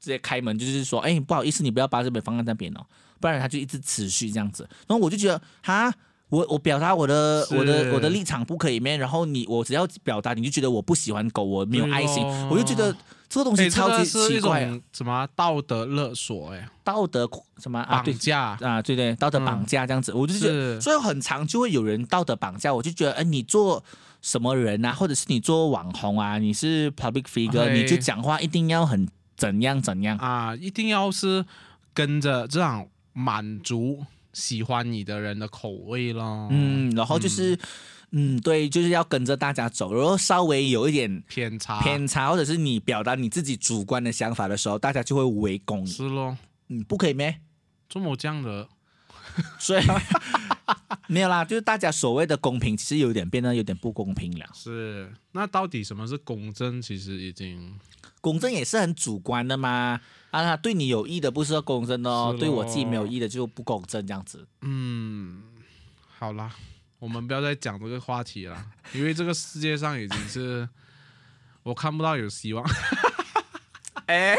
Speaker 1: 直接开门，就是说，哎，不好意思，你不要把这边放在那边哦，不然他就一直持续这样子。然后我就觉得，哈，我我表达我的
Speaker 2: 是
Speaker 1: 我的我的立场不可以面，然后你我只要表达，你就觉得我不喜欢狗，我没有爱心，
Speaker 2: 对咯
Speaker 1: 我就觉得这个东西
Speaker 2: 啊哎，
Speaker 1: 超级
Speaker 2: 这个是
Speaker 1: 奇
Speaker 2: 一
Speaker 1: 怪啊，
Speaker 2: 种什么道德勒索哎，
Speaker 1: 道德什么啊？
Speaker 2: 绑
Speaker 1: 对
Speaker 2: 架嗯
Speaker 1: 啊，对对，道德绑架这样子，我就觉得，
Speaker 2: 是
Speaker 1: 所以很常就会有人道德绑架，我就觉得，哎、你做什么人啊，或者是你做网红啊，你是 public figure，
Speaker 2: 哎
Speaker 1: 你就讲话一定要很怎样怎样，
Speaker 2: 啊，一定要是跟着这样满足喜欢你的人的口味咯。，
Speaker 1: 嗯，然后就是，嗯对，就是要跟着大家走，然后稍微有一点
Speaker 2: 偏差
Speaker 1: 偏差，或者是你表达你自己主观的想法的时候，大家就会围攻你，
Speaker 2: 是咯，
Speaker 1: 嗯，不可以咩？
Speaker 2: 这么这样的
Speaker 1: 所以 没有啦，就是大家所谓的公平，其实有点变得有点不公平了。
Speaker 2: 是那到底什么是公正？其实已经
Speaker 1: 公正也是很主观的嘛。啊，他对你有益的不是公正哦，
Speaker 2: 是咯
Speaker 1: 对我自己没有益的就不公正这样子。
Speaker 2: 嗯，好啦，我们不要再讲这个话题了，因为这个世界上已经是我看不到有希望。
Speaker 1: 哎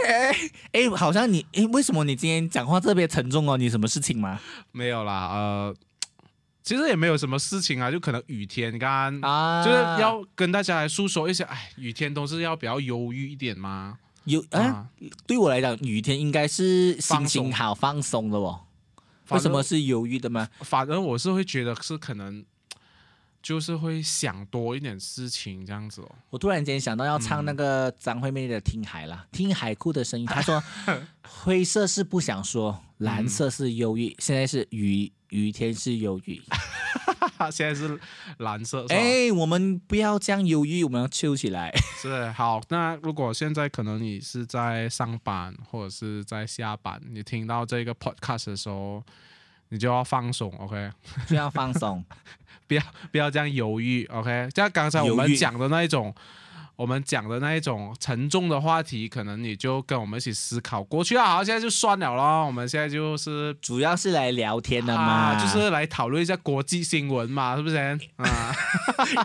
Speaker 1: 哎，好像你哎，为什么你今天讲话特别沉重哦？你什么事情吗？
Speaker 2: 没有啦，呃，其实也没有什么事情啊，就可能雨天干，
Speaker 1: 啊，
Speaker 2: 嗯就是要跟大家来诉说一下，哎，雨天都是要比较忧郁一点嘛。
Speaker 1: 有啊，
Speaker 2: 啊，
Speaker 1: 对我来讲，雨天应该是心
Speaker 2: 放
Speaker 1: 情
Speaker 2: 松
Speaker 1: 好放松的哦。为
Speaker 2: 反
Speaker 1: 什
Speaker 2: 正
Speaker 1: 么是忧郁的吗？
Speaker 2: 反正我是会觉得是可能。就是会想多一点事情这样子哦，
Speaker 1: 我突然间想到要唱那个
Speaker 2: 嗯
Speaker 1: 张惠妹的《听海》啦，《听海哭的声音》。她 说：“灰色是不想说，蓝色是忧郁，现在是雨雨天是忧郁。”
Speaker 2: 哦 现在是蓝色，是吧？
Speaker 1: 哎、我们不要这样犹豫，我们要 chill 起来。
Speaker 2: 是好，那如果现在可能你是在上班或者是在下班，你听到这个 podcast 的时候，你就要放松，OK，
Speaker 1: 就要放松。
Speaker 2: 不要不要这样犹豫，OK。像刚才我
Speaker 1: 犹豫
Speaker 2: 们讲的那一种，我们讲的那一种沉重的话题，可能你就跟我们一起思考过去啊。好，现在就算了咯，我们现在就是。
Speaker 1: 主要是来聊天 的嘛，
Speaker 2: 啊，就是来讨论一下国际新闻嘛，是不是？啊，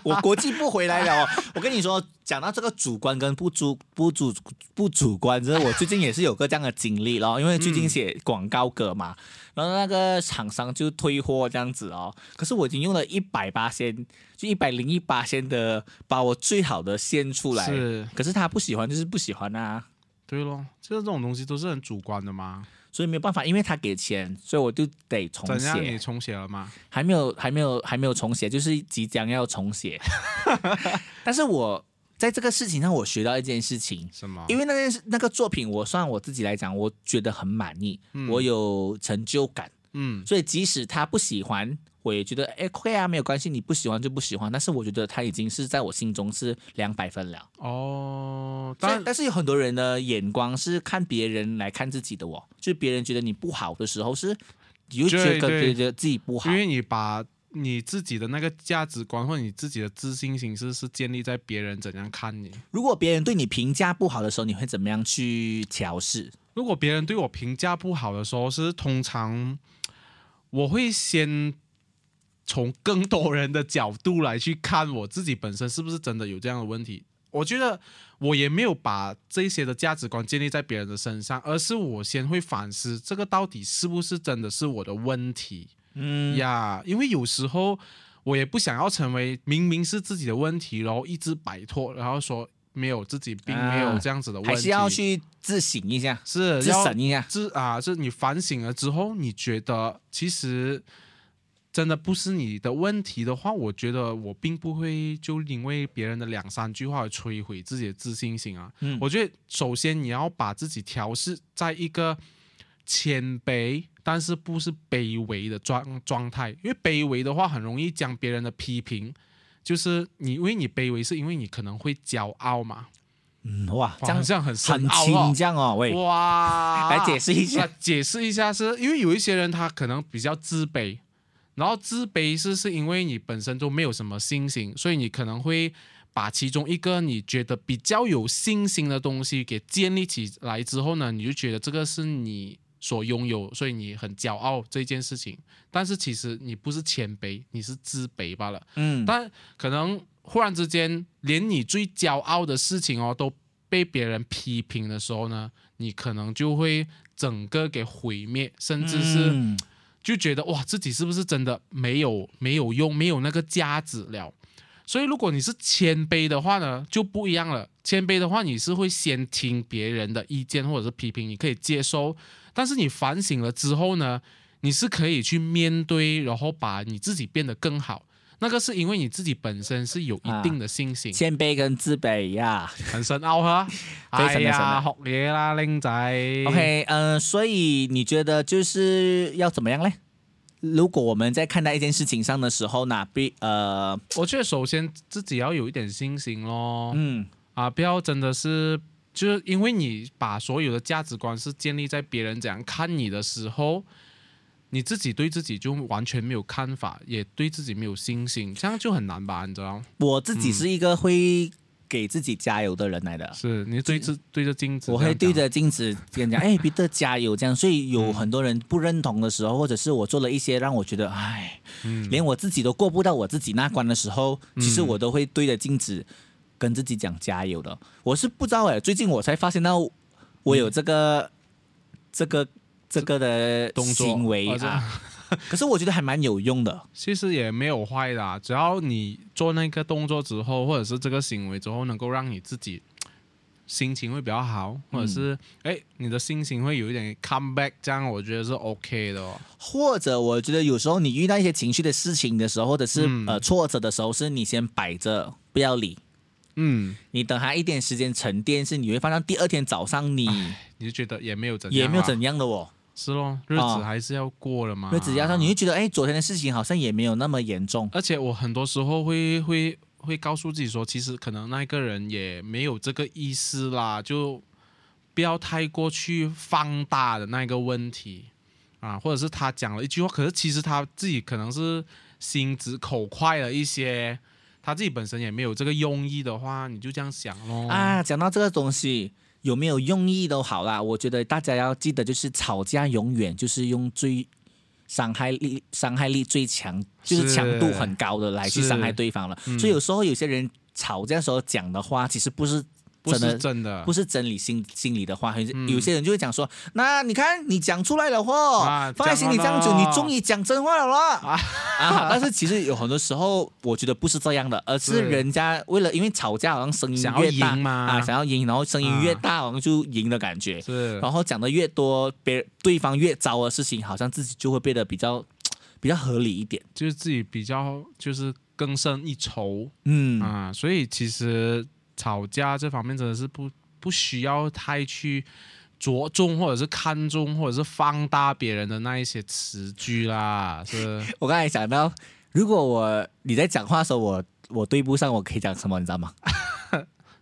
Speaker 1: 我国际不回来了哦。 我跟你说，讲到这个主观跟不主不主不主观，就是我最近也是有个这样的经历咯，因为最近写广告歌嘛，然后那个厂商就退货这样子哦。可是我已经用了一百八仙，就一百零一 八仙的，把我最好的献出来。
Speaker 2: 是
Speaker 1: 可是他不喜欢，就是不喜欢啊。
Speaker 2: 对咯，就是这种东西都是很主观的嘛。
Speaker 1: 所以没有办法，因为他给钱，所以我就得重
Speaker 2: 怎样？你
Speaker 1: 写，
Speaker 2: 重写了吗？
Speaker 1: 还没有，还没有，还没有重写，就是即将要重 写。但是我在这个事情上，我学到一件事情，
Speaker 2: 什么？
Speaker 1: 因为
Speaker 2: 为
Speaker 1: 那件事那个作品，我算我自己来讲，我觉得很满意，我有成就感，
Speaker 2: 嗯
Speaker 1: 所以即使他不喜欢。我也觉得，哎，OK 啊，没有关系，你不喜欢就不喜欢。但是我觉得他已经是在我心中是两百分了。
Speaker 2: 哦，
Speaker 1: 但
Speaker 2: 但
Speaker 1: 但是有很多人的眼光是看别人来看自己的哦，就是别人觉得你不好的时候是，你就觉
Speaker 2: 对
Speaker 1: 得
Speaker 2: 对
Speaker 1: 觉得自己不好
Speaker 2: 因。为你把你自己的那个价值观或者你自己的自信形式是建立在别人怎样看你。
Speaker 1: 如果别人对你评价不好的时候，你会怎么样去调试？
Speaker 2: 如果别人对我评价不好的时候，是通常我会先从更多人的角度来去看我自己本身是不是真的有这样的问题。我觉得我也没有把这些的价值观建立在别人的身上，而是我先会反思这个到底是不是真的是我的问题。
Speaker 1: 嗯，
Speaker 2: 呀因为有时候我也不想要成为明明是自己的问题，然后一直摆脱，然后说没有自己并没有
Speaker 1: 啊
Speaker 2: 这样子的问题，
Speaker 1: 还是要去自省一下，
Speaker 2: 是
Speaker 1: 自
Speaker 2: 要
Speaker 1: 省一下。
Speaker 2: 这啊，这你反省了之后，你觉得其实真的不是你的问题的话，我觉得我并不会就因为别人的两三句话而摧毁自己的自信心啊。
Speaker 1: 嗯
Speaker 2: 我觉得首先你要把自己调试在一个谦卑，但是不是卑微的状状态，因为卑微的话很容易将别人的批评。就是你，因为你卑微，是因为你可能会骄傲嘛？
Speaker 1: 嗯，哇，这
Speaker 2: 哇好
Speaker 1: 样
Speaker 2: 像很深
Speaker 1: 很
Speaker 2: 奥
Speaker 1: 轻
Speaker 2: 哦
Speaker 1: 这样哦，喂，
Speaker 2: 哇！
Speaker 1: 来解释一
Speaker 2: 那
Speaker 1: 下。
Speaker 2: 解释一下是，因为有一些人他可能比较自卑，然后自卑是是因为你本身就没有什么信心，所以你可能会把其中一个你觉得比较有信心的东西给建立起来之后呢，你就觉得这个是你所拥有，所以你很骄傲这件事情。但是其实你不是谦卑，你是自卑罢了。
Speaker 1: 嗯，
Speaker 2: 但可能忽然之间，连你最骄傲的事情哦，都被别人批评的时候呢，你可能就会整个给毁灭，甚至是
Speaker 1: 嗯
Speaker 2: 就觉得哇，自己是不是真的没有没有用，没有那个价值了。所以，如果你是谦卑的话呢，就不一样了。谦卑的话，你是会先听别人的意见或者是批评，你可以接收，但是你反省了之后呢，你是可以去面对，然后把你自己变得更好。那个是因为你自己本身是有一定的信 心，
Speaker 1: 谦卑跟自卑呀。
Speaker 2: 很深奥哈。
Speaker 1: 非常
Speaker 2: 哎
Speaker 1: 的深
Speaker 2: 呀，
Speaker 1: 奥
Speaker 2: 学嘢啦，僆仔。
Speaker 1: OK，呃，所以你觉得就是要怎么样嘞？如果我们在看待一件事情上的时候呢，比呃，
Speaker 2: 我觉得首先自己要有一点信心咯，
Speaker 1: 嗯，
Speaker 2: 啊，不要真的是就是因为你把所有的价值观是建立在别人怎样看你的时候。你自己对自己就完全没有看法，也对自己没有信心，这样就很难吧？你知道？
Speaker 1: 我自
Speaker 2: 嗯
Speaker 1: 己是一个会给自己加油的人来的，
Speaker 2: 是你对着对着镜子这
Speaker 1: 我
Speaker 2: 样讲，
Speaker 1: 会对着镜子跟你 讲，哎，彼得加油这样。所以有很多人不认同的时候，或者是我做了一些让我觉得，哎，
Speaker 2: 嗯
Speaker 1: 连我自己都过不到我自己那关的时候，其实我都会对着镜子跟自己讲加油的。我是不知道哎，最近我才发现到我有这个这个这个的
Speaker 2: 嗯动作
Speaker 1: 行为
Speaker 2: 哦这
Speaker 1: 啊， 可是我觉得还蛮有用的。
Speaker 2: 其实也没有坏的、啊，只要你做那个动作之后，或者是这个行为之后，能够让你自己心情会比较好，或者是哎、诶你的心情会有一点 come back，这样我觉得是 OK 的、哦。
Speaker 1: 或者我觉得有时候你遇到一些情绪的事情的时候，或者是、呃挫折的时候，是你先摆着不要理，
Speaker 2: 嗯，
Speaker 1: 你等它一点时间沉淀，是你会发现第二天早上你
Speaker 2: 你就觉得也没有怎样、啊，
Speaker 1: 也没有怎样的哦，
Speaker 2: 是咯，日子
Speaker 1: 啊
Speaker 2: 还是要过了嘛，
Speaker 1: 那只要上你会觉得哎，昨天的事情好像也没有那么严重，
Speaker 2: 而且我很多时候会会会告诉自己说，其实可能那个人也没有这个意思啦，就不要太过去放大的那个问题啊，或者是他讲了一句话，可是其实他自己可能是心直口快了一些，他自己本身也没有这个用意的话，你就这样想咯。
Speaker 1: 啊，讲到这个东西，有没有用意都好啦。我觉得大家要记得，就是吵架永远就是用最伤害力、伤害力最强，就是
Speaker 2: 是
Speaker 1: 强度很高的来去
Speaker 2: 是嗯
Speaker 1: 伤害对方了。所以有时候有些人吵架的时候讲的话，其实不是
Speaker 2: 不
Speaker 1: 真的
Speaker 2: 是真的，
Speaker 1: 不
Speaker 2: 是
Speaker 1: 是真理心心里的话，很
Speaker 2: 嗯
Speaker 1: 有些人就会讲说，那你看你讲出来了哦，
Speaker 2: 啊
Speaker 1: 放在心里这样久，
Speaker 2: 讲了咯
Speaker 1: 你终于讲真话了啦。啊但是其实有很多时候，我觉得不是这样的，而是
Speaker 2: 对
Speaker 1: 人家为了因为吵架好像声音
Speaker 2: 想要
Speaker 1: 越大
Speaker 2: 赢嘛啊
Speaker 1: 啊，想要赢，然后声音越大，好像就赢的感觉，
Speaker 2: 是
Speaker 1: 然后讲的越多，别对方越糟的事情，好像自己就会变得比较比较合理一点。
Speaker 2: 就是自己比较就是更胜一筹
Speaker 1: 嗯，
Speaker 2: 啊、所以其实吵架这方面真的是不不需要太去。着重或者是看重或者是放大别人的那一些词句啦，是
Speaker 1: 我刚才想到，如果我你在讲话的时候，我我对不上，我可以讲什么，你知道 吗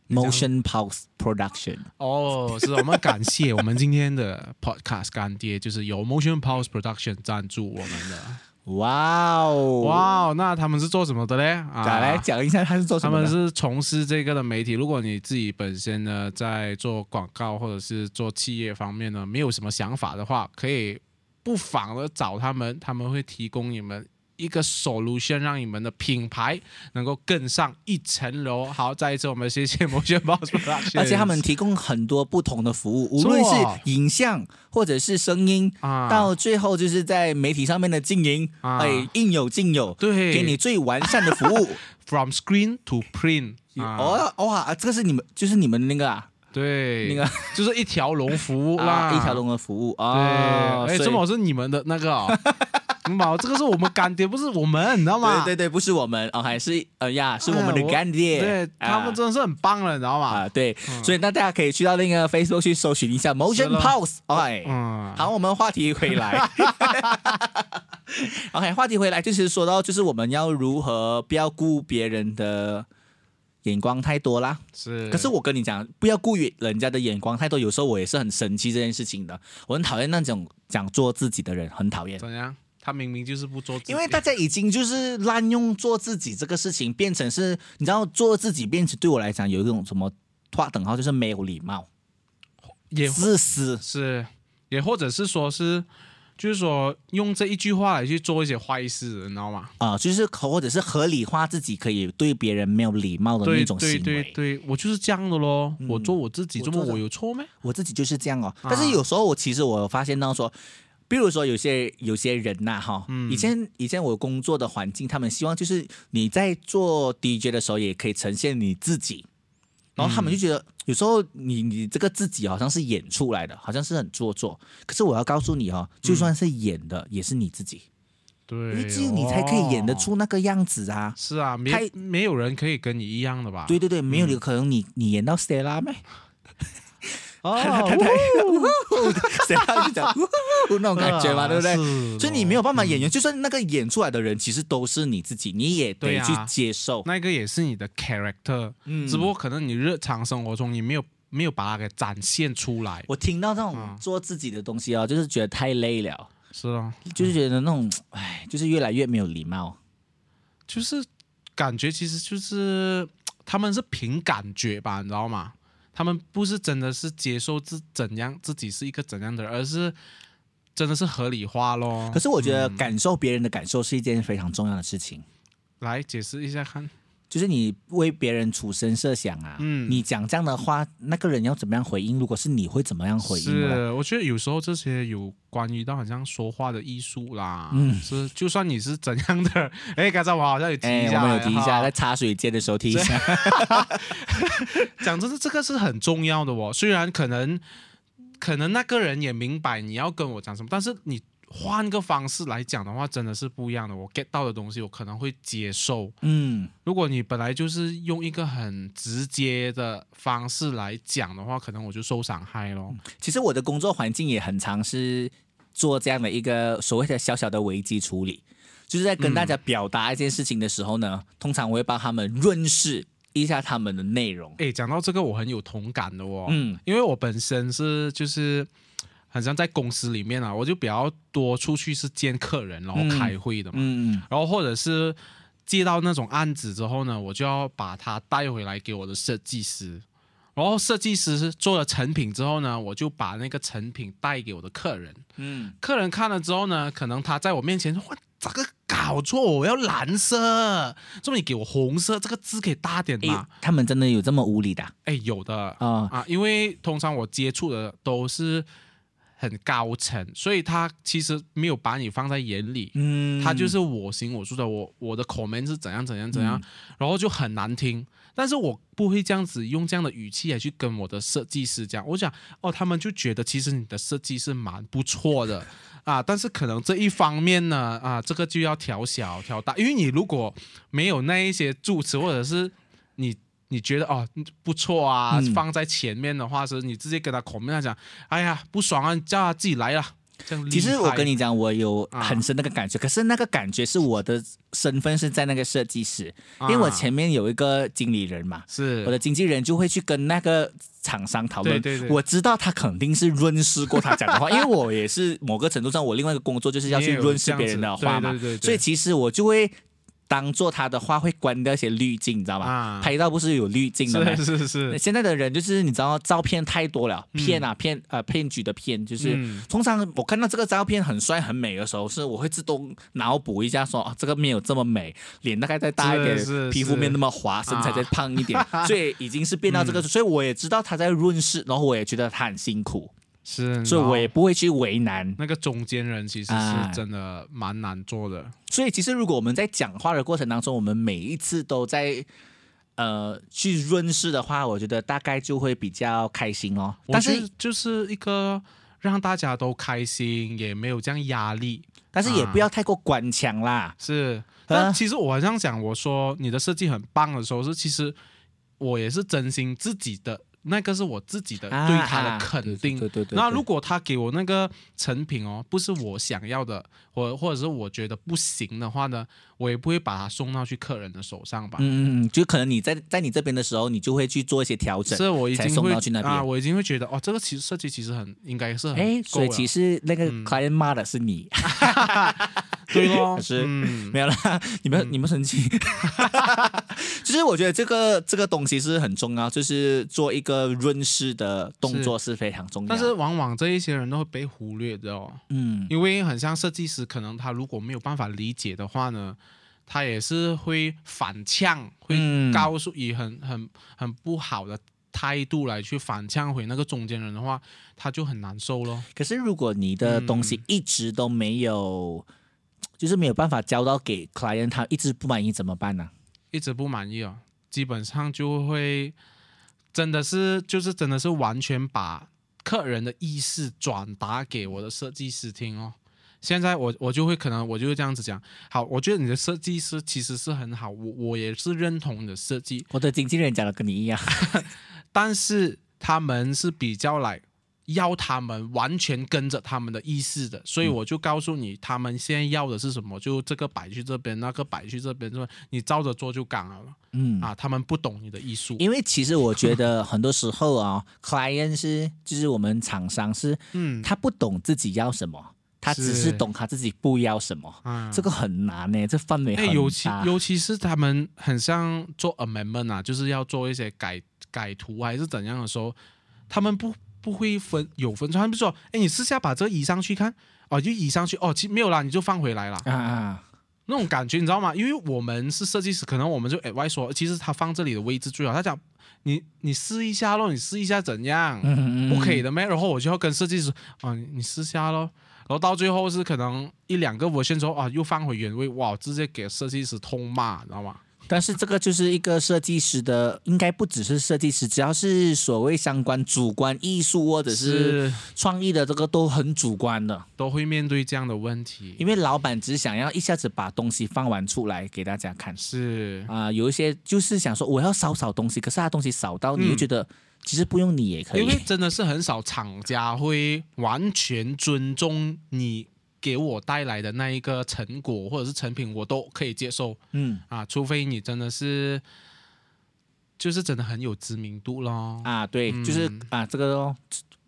Speaker 1: ？Motion Pulse Production，
Speaker 2: 哦，是我们感谢我们今天的 podcast 干爹，就是由 Motion Pulse Production 赞助我们的。
Speaker 1: 哇哦！
Speaker 2: 哇、哦，那他们是做什么的嘞？啊，
Speaker 1: 再来讲一下他是做什
Speaker 2: 他
Speaker 1: 么
Speaker 2: 们
Speaker 1: 的？
Speaker 2: 是从事这个的媒体。如果你自己本身呢在做广告或者是做企业方面呢，没有什么想法的话，可以不妨的找他们，他们会提供你们。一个 solution 让你们的品牌能够更上一层楼。好，再一次我们谢谢 Motion Boss Production，
Speaker 1: 而且他们提供很多不同的服务，无
Speaker 2: 是哦
Speaker 1: 论是影像或者是声音，
Speaker 2: 啊
Speaker 1: 到最后就是在媒体上面的经营，
Speaker 2: 啊
Speaker 1: 哎，应有尽有，
Speaker 2: 对
Speaker 1: 给你最完善的服 务。
Speaker 2: from screen to print 啊，
Speaker 1: 哦哇，这个是你们，就是你们那个啊，
Speaker 2: 对，
Speaker 1: 那个
Speaker 2: 就是一条龙服务啦，
Speaker 1: 啊一条。龙的服务
Speaker 2: 对，
Speaker 1: 啊。
Speaker 2: 哎，
Speaker 1: 所以
Speaker 2: 这么是你们的那 个哦，毛，这个是我们干爹，不是我们，你知道吗？嗯
Speaker 1: 对对对，不是我们哦，还是呃呀，是我们
Speaker 2: 哎
Speaker 1: 的
Speaker 2: 我
Speaker 1: 干爹。
Speaker 2: 对，他们
Speaker 1: 这
Speaker 2: 真的是很棒了，你知道
Speaker 1: 啊
Speaker 2: 吗？
Speaker 1: 对，所以那大家可以去到那个 Facebook 去搜寻一下 Motion
Speaker 2: 嗯咯
Speaker 1: Pulse。哎，
Speaker 2: 嗯，
Speaker 1: 好，我们话题回 来。OK，话题回来就是说到，就是我们要如何不要顾别人的眼光太多啦。
Speaker 2: 是。
Speaker 1: 可是我跟你讲，不要顾人家的眼光太多，有时候我也是很生气这件事情的。我很讨厌那种讲做自己的人，很讨厌。
Speaker 2: 怎样？他明明就是不做自己，
Speaker 1: 因为大家已经就是滥用做自己这个事情，变成是你知道做自己变成对我来讲有一种什么划等号，就是没有礼貌、
Speaker 2: 也
Speaker 1: 自私。
Speaker 2: 是，也或者是说是，就是说用这一句话来去做一些坏事，你知道吗？
Speaker 1: 啊、就是或者是合理化自己可以对别人没有礼貌的那
Speaker 2: 对
Speaker 1: 种行
Speaker 2: 对
Speaker 1: 为。嗯
Speaker 2: 对对，我就是这样的咯，我做我自己，
Speaker 1: 我
Speaker 2: 这么
Speaker 1: 做的
Speaker 2: 我有错咩？
Speaker 1: 我自己就是这样哦。但
Speaker 2: 啊
Speaker 1: 是有时候我其实我发现到说，比如说有些有些人呐、哈，
Speaker 2: 嗯
Speaker 1: 以前以前我工作的环境，他们希望就是你在做 DJ 的时候也可以呈现你自己，然后
Speaker 2: 嗯
Speaker 1: 他们就觉得有时候你你这个自己好像是演出来的，好像是很做作。可是我要告诉你哦，就算是演的，也是你自己，因
Speaker 2: 嗯对
Speaker 1: 为，只有你才可以演得
Speaker 2: 哦
Speaker 1: 出那个样子啊。
Speaker 2: 是啊，没
Speaker 1: 太
Speaker 2: 没有人可以跟你一样的吧？
Speaker 1: 对对对，没有理由可能你你演到 Stella 咩？
Speaker 2: 哦，
Speaker 1: 太太，Stella 就讲啊嗯呜呼那种感觉
Speaker 2: 啊
Speaker 1: 嘛，对不对？
Speaker 2: 对
Speaker 1: 所以你没有办法演员，就算那个演出来的人，其实都是你自己，你也得
Speaker 2: 对
Speaker 1: 去
Speaker 2: 啊
Speaker 1: 接受。
Speaker 2: 那个也是你的 character，、
Speaker 1: 嗯
Speaker 2: 只不过可能你日常生活中你没有没有把它给展现出来，
Speaker 1: 我听到这种
Speaker 2: 嗯
Speaker 1: 做自己的东西哦，就是觉得太累了，
Speaker 2: 是咯，
Speaker 1: 就是觉得那种， 唉，就是越来越没有礼貌。
Speaker 2: 就是感觉其实就是他们是凭感觉吧，你知道吗？他们不是真的是接受自怎样自己是一个怎样的人，而是真的是合理化咯。
Speaker 1: 可是我觉得感受别人的感受是一件非常重要的事情，
Speaker 2: 来解释一下看，
Speaker 1: 就是你为别人处身设想啊，
Speaker 2: 嗯
Speaker 1: 你讲这样的话，那个人要怎么样回应？如果是你会怎么样回应呢？
Speaker 2: 是，我觉得有时候这些有关于到好像说话的艺术啦，
Speaker 1: 嗯
Speaker 2: 是就算你是怎样的，哎，刚才我好像有提
Speaker 1: 哎
Speaker 2: 一，
Speaker 1: 我
Speaker 2: 下，
Speaker 1: 们有提一下，
Speaker 2: 哈
Speaker 1: 在茶水间的时候提一 下，
Speaker 2: 讲真的，这个是很重要的哦。虽然可能可能那个人也明白你要跟我讲什么，但是你换个方式来讲的话，真的是不一样的。哦我 get 到的东西，我可能会接受。
Speaker 1: 嗯，
Speaker 2: 如果你本来就是用一个很直接的方式来讲的话，可能我就受伤害咯。
Speaker 1: 其实我的工作环境也很常是做这样的一个所谓的小小的危机处理，就是在跟大家表达一件事情的时候呢，嗯通常我会帮他们润饰一下他们的内容。
Speaker 2: 诶，讲到这个，我很有同感的哦。
Speaker 1: 嗯，
Speaker 2: 因为我本身是就是。好像在公司里面啊，我就比较多出去是见客人，然后
Speaker 1: 嗯
Speaker 2: 开会的嘛。
Speaker 1: 嗯嗯，
Speaker 2: 然后或者是接到那种案子之后呢，我就要把它带回来给我的设计师，然后设计师做了成品之后呢，我就把那个成品带给我的客人，
Speaker 1: 嗯，
Speaker 2: 客人看了之后呢，可能他在我面前哇，这个搞搞错，我要蓝色，这么你给我红色这个字可以大点
Speaker 1: 哎
Speaker 2: 吗？，
Speaker 1: 他们真的有这么无理的啊
Speaker 2: 哎，有的
Speaker 1: 啊、
Speaker 2: 啊，因为通常我接触的都是很高层，所以他其实没有把你放在眼里，
Speaker 1: 嗯，嗯
Speaker 2: 他就是我行我素的，我我的 comment 是怎样怎样怎样，然后就很难听。但是我不会这样子用这样的语气来去跟我的设计师讲，我讲哦，他们就觉得其实你的设计是蛮不错的啊，但是可能这一方面呢啊，这个就要调小调大，因为你如果没有那一些助词或者是你。你觉得哦不错啊，
Speaker 1: 嗯
Speaker 2: 放在前面的话是，你直接跟他 comment 他讲，哎呀不爽啊，你叫他自己来啦。这样
Speaker 1: 其实我
Speaker 2: 厉害
Speaker 1: 跟你讲，我有
Speaker 2: 啊
Speaker 1: 很深那个感觉，可是那个感觉是我的身份是在那个设计师，因为我
Speaker 2: 啊
Speaker 1: 前面有一个经理人嘛，
Speaker 2: 是
Speaker 1: 我的经纪人就会去跟那个厂商讨论。
Speaker 2: 对对对
Speaker 1: 我知道他肯定是润饰过他讲的话，因为我也是某个程度上，我另外一个工作就是要去润饰别人的话嘛，
Speaker 2: 对对对对
Speaker 1: 所以其实我就会。当做他的话会关掉一些滤镜，你知道吧？
Speaker 2: 啊
Speaker 1: 拍照不是有滤镜的吗？
Speaker 2: 是是
Speaker 1: 那
Speaker 2: 是，
Speaker 1: 现在的人就是你知道，照片太多了，骗啊骗呃骗局的骗，就是、
Speaker 2: 嗯
Speaker 1: 通常我看到这个照片很帅很美的时候，是我会自动脑补一下说啊这个没有这么美，脸大概再大一点
Speaker 2: 是是，啊
Speaker 1: 皮肤
Speaker 2: 是
Speaker 1: 没那么滑，身材再胖一 点，所以已经是变到这个，所以我也知道他在润饰，然后我也觉得他很辛苦，
Speaker 2: 是，
Speaker 1: 所以我也
Speaker 2: 然后
Speaker 1: 不会去为难。
Speaker 2: 那个中间人其实
Speaker 1: 啊
Speaker 2: 是真的蛮难做的，
Speaker 1: 所以其实如果我们在讲话的过程当中，我们每一次都在。呃，去润饰的话，我觉得大概就会比较开心哦。
Speaker 2: 我
Speaker 1: 但
Speaker 2: 觉
Speaker 1: 是
Speaker 2: 得就是一个让大家都开心，也没有这样压力。
Speaker 1: 但是也不
Speaker 2: 啊
Speaker 1: 要太过官腔啦。
Speaker 2: 是，
Speaker 1: 啊
Speaker 2: 但其实我好像讲，我说你的设计很棒的时候，是其实我也是真心自己的，那个是我自己的
Speaker 1: 啊
Speaker 2: 呃对他
Speaker 1: 啊
Speaker 2: 的肯定。
Speaker 1: 对对对对对
Speaker 2: 那如果他给我那个成品哦，不是我想要的，或或者是我觉得不行的话呢，我也不会把它送到去客人的手上吧。
Speaker 1: 嗯嗯嗯，就可能你在在你这边的时候，你就会去做一些调整。
Speaker 2: 是啊我已
Speaker 1: 才
Speaker 2: 经
Speaker 1: 送
Speaker 2: 会
Speaker 1: 到去那边
Speaker 2: 啊，我已经会觉得哦，这个其实设计其实很应该是很
Speaker 1: 哎，所以
Speaker 2: 够了嗯
Speaker 1: 其实那个 client 骂的是你，
Speaker 2: 对 咯，
Speaker 1: 是
Speaker 2: 嗯
Speaker 1: 没有啦，你们你们生气。 其实我觉得这个这个东西是很重要，就是做一个润饰的动作是非常重要。
Speaker 2: 但是往往这一些人都会被忽略的哦，
Speaker 1: 嗯，
Speaker 2: 因为很像设计师，可能他如果没有办法理解的话呢，他也是会反呛，会
Speaker 1: 嗯
Speaker 2: 告诉以很很很不好的态度来去反呛回那个中间人的话，他就很难受咯。
Speaker 1: 可是如果你的东西一直都没有，就是没有办法交到给 client，他一直不满意怎么办呢？
Speaker 2: 一直不满意哦，基本上就会真的是就是真的是完全把客人的意思转达给我的设计师听哦。现在我我就会可能我就会这样子讲，好，我觉得你的设计师其实是很好，我我也是认同你的设计，
Speaker 1: 我的经纪人讲的跟你一样，
Speaker 2: 但是他们是比较来要他们完全跟着他们的意思
Speaker 1: 嗯
Speaker 2: 的，所以我就告诉你，他们现在要的是什么，就这个摆去这边，那个摆去这边，这边你照着做就刚好了
Speaker 1: 嗯
Speaker 2: 啊。他们不懂你的艺术，
Speaker 1: 因为其实我觉得很多时候啊、c l i e n t 是就是我们厂商是
Speaker 2: 嗯，
Speaker 1: 他不懂自己要什么，他只
Speaker 2: 是
Speaker 1: 是懂他自己不要什么，
Speaker 2: 啊
Speaker 1: 这个很难呢、这范围
Speaker 2: 哎，
Speaker 1: 很
Speaker 2: 尤其
Speaker 1: 大。
Speaker 2: 尤其是他们很像做 amendment 啊，就是要做一些改改图还是怎样的时候，他们不不会分有分寸，他们就说，哎，你私下把这个移上去看，哦，就移上去，哦，其实没有啦，你就放回来啦，
Speaker 1: 啊啊，
Speaker 2: 那种感觉你知道吗？因为我们是设计师，可能我们就 advise 说，其实他放这里的位置最好，他讲你你试一下咯，你试一下怎样，
Speaker 1: 嗯嗯嗯，
Speaker 2: 不可以的咩？然后我就要跟设计师啊，你你试下咯。然后到最后是可能一两个 version 之后啊，又放回原位，哇，直接给设计师痛骂，你知道吗？
Speaker 1: 但是这个就是一个设计师的，应该不只是设计师，只要是所谓相关主观艺术或者是创意的，这个都很主观的，
Speaker 2: 都会面对这样的问题，
Speaker 1: 因为老板只想要一下子把东西放完出来给大家看。
Speaker 2: 是
Speaker 1: 啊、有一些就是想说我要少少东西，可是他东西少到你会觉得、其实不用你也可
Speaker 2: 嗯因为
Speaker 1: 以。
Speaker 2: 真的是很少厂家会完全尊重你给我带来的那一个成果或者是成品，我都可以接受。
Speaker 1: 嗯
Speaker 2: 啊，除非你真的是，就是真的很有知名度咯，
Speaker 1: 啊，对，就是
Speaker 2: 嗯
Speaker 1: 啊这个咯，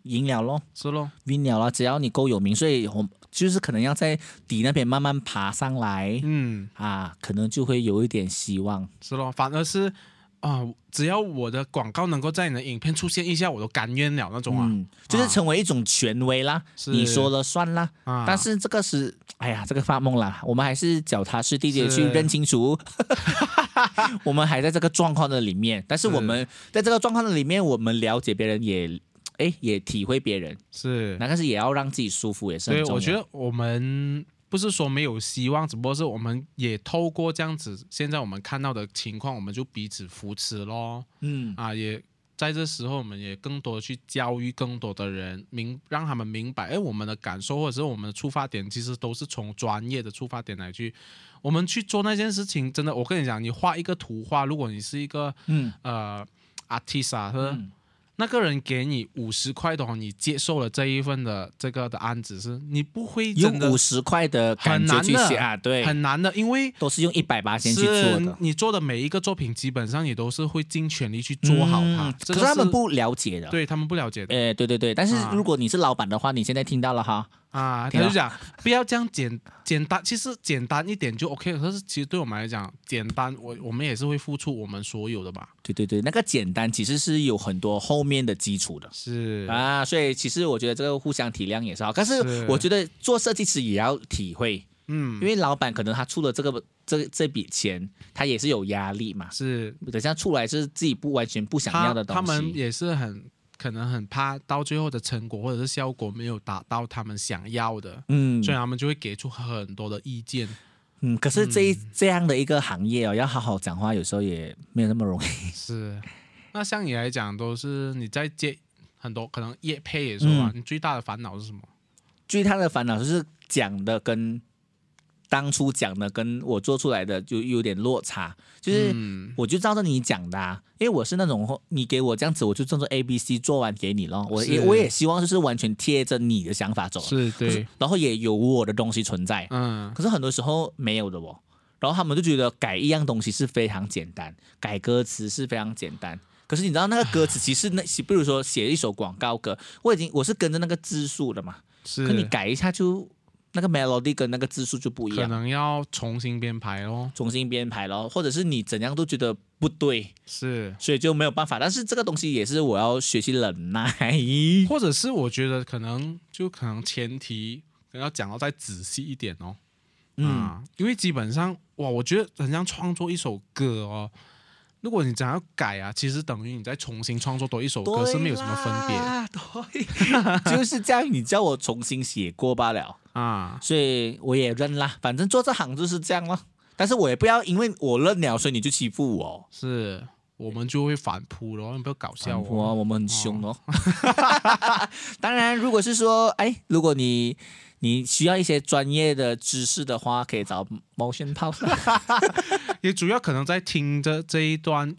Speaker 1: 赢了咯，
Speaker 2: 是咯，
Speaker 1: 晕了咯，只要你够有名，所以我就是可能要在底那边慢慢爬上来、
Speaker 2: 嗯，
Speaker 1: 啊，可能就会有一点希望。
Speaker 2: 是咯，反而是啊，只要我的广告能够在你的影片出现一下，我都甘愿了那种啊。
Speaker 1: 嗯，就是成为一种权威啦，
Speaker 2: 是
Speaker 1: 你说了算啦。
Speaker 2: 啊，
Speaker 1: 但是这个是，哎呀，这个发梦啦，我们还是脚踏实地的去
Speaker 2: 是
Speaker 1: 认清楚， 我们还在这个状况的里面，但是我们在这个状况的里面，我们了解别人也。哎，也体会别人，
Speaker 2: 是
Speaker 1: 那个是也要让自己舒服，也是很
Speaker 2: 对，
Speaker 1: 重要。
Speaker 2: 我觉得我们不是说没有希望，只不过是我们也透过这样子，现在我们看到的情况，我们就彼此扶持咯。
Speaker 1: 嗯，
Speaker 2: 啊，也在这时候，我们也更多的去教育更多的人，明让他们明白，哎，我们的感受或者是我们的出发点，其实都是从专业的出发点来去，我们去做那件事情。真的，我跟你讲，你画一个图画，如果你是一个
Speaker 1: 嗯
Speaker 2: 呃 artist 啊，或者
Speaker 1: 嗯
Speaker 2: 那个人给你五十块的话，你接受了这一份的这个的案子是，你不会
Speaker 1: 用
Speaker 2: 真的
Speaker 1: 五十块的感
Speaker 2: 很
Speaker 1: 觉
Speaker 2: 难
Speaker 1: 去
Speaker 2: 的
Speaker 1: 写啊，对，
Speaker 2: 很难的，因为。
Speaker 1: 都是用一百八先去做
Speaker 2: 是
Speaker 1: 的，
Speaker 2: 你做的每一个作品，基本上你都是会尽全力去做好它。
Speaker 1: 嗯
Speaker 2: 这
Speaker 1: 可
Speaker 2: 个
Speaker 1: 是他们不了解的，
Speaker 2: 对他们不了解的
Speaker 1: 哎，对对对。但是
Speaker 2: 啊
Speaker 1: 如果你是老板的话，你现在听到了哈，
Speaker 2: 啊，
Speaker 1: 对
Speaker 2: 他
Speaker 1: 啊
Speaker 2: 就讲不要这样简简单，其实简单一点就 OK 了。可是其实对我们来讲，简单我我们也是会付出我们所有的吧？
Speaker 1: 对对对，那个简单其实是有很多后面的基础的。
Speaker 2: 是
Speaker 1: 啊，所以其实我觉得这个互相体谅也是好，但是
Speaker 2: 是
Speaker 1: 我觉得做设计师也要体会，
Speaker 2: 嗯
Speaker 1: 因为老板可能他出了这个这这笔钱，他也是有压力嘛，
Speaker 2: 是，
Speaker 1: 等下出来是自己不完全不想要
Speaker 2: 他
Speaker 1: 的东西。
Speaker 2: 他们也是很可能很怕到最后的成果或者是效果没有达到他们想要的，
Speaker 1: 嗯
Speaker 2: 所以他们就会给出很多的意见。
Speaker 1: 嗯，可是这一这样的一个行业哦，要好好讲话，有时候也没有那么容易。
Speaker 2: 是，那像你来讲，都是你在接很多可能业配的时
Speaker 1: 嗯
Speaker 2: 候啊，你最大的烦恼是什么？
Speaker 1: 最大的烦恼就是讲的跟当初讲的跟我做出来的就有点落差，就是
Speaker 2: 嗯
Speaker 1: 我就照着你讲的、啊，因为我是那种你给我这样子，我就照着 A B C 做完给你咯。我也
Speaker 2: 是
Speaker 1: 我也希望就是完全贴着你的想法走，
Speaker 2: 是
Speaker 1: 可是
Speaker 2: 对，
Speaker 1: 然后也有我的东西存在，
Speaker 2: 嗯
Speaker 1: 可是很多时候没有的哦。然后他们就觉得改一样东西是非常简单，改歌词是非常简单。可是你知道那个歌词其实那，比如说写一首广告歌，我已经我是跟着那个字数的嘛，
Speaker 2: 是。
Speaker 1: 可你改一下就那个 melody 跟那个字数就不一
Speaker 2: 可
Speaker 1: 样，
Speaker 2: 能要重新编排咯。
Speaker 1: 重新编排咯，或者是你怎样都觉得不对，
Speaker 2: 是，
Speaker 1: 所以就没有办法。但是这个东西也是我要学习忍耐。
Speaker 2: 或者是我觉得可能就可能前提可能要讲到再仔细一点哦。
Speaker 1: 嗯
Speaker 2: 啊，因为基本上哇，我觉得很像创作一首歌哦。如果你想要改啊，其实等于你再重新创作多一首歌是没有什么分别
Speaker 1: 别，对，就是这样。你叫我重新写过罢了，
Speaker 2: 啊。
Speaker 1: 所以我也认啦。反正做这行就是这样咯。但是我也不要因为我认了，所以你就欺负我哦。
Speaker 2: 是我们就会反扑咯，你不要搞笑
Speaker 1: 反扑啊
Speaker 2: 哦。
Speaker 1: 我们很凶哦。 当然，如果是说，哎，如果你你需要一些专业的知识的话，可以找 motion 泡。
Speaker 2: 也主要可能在听着这一段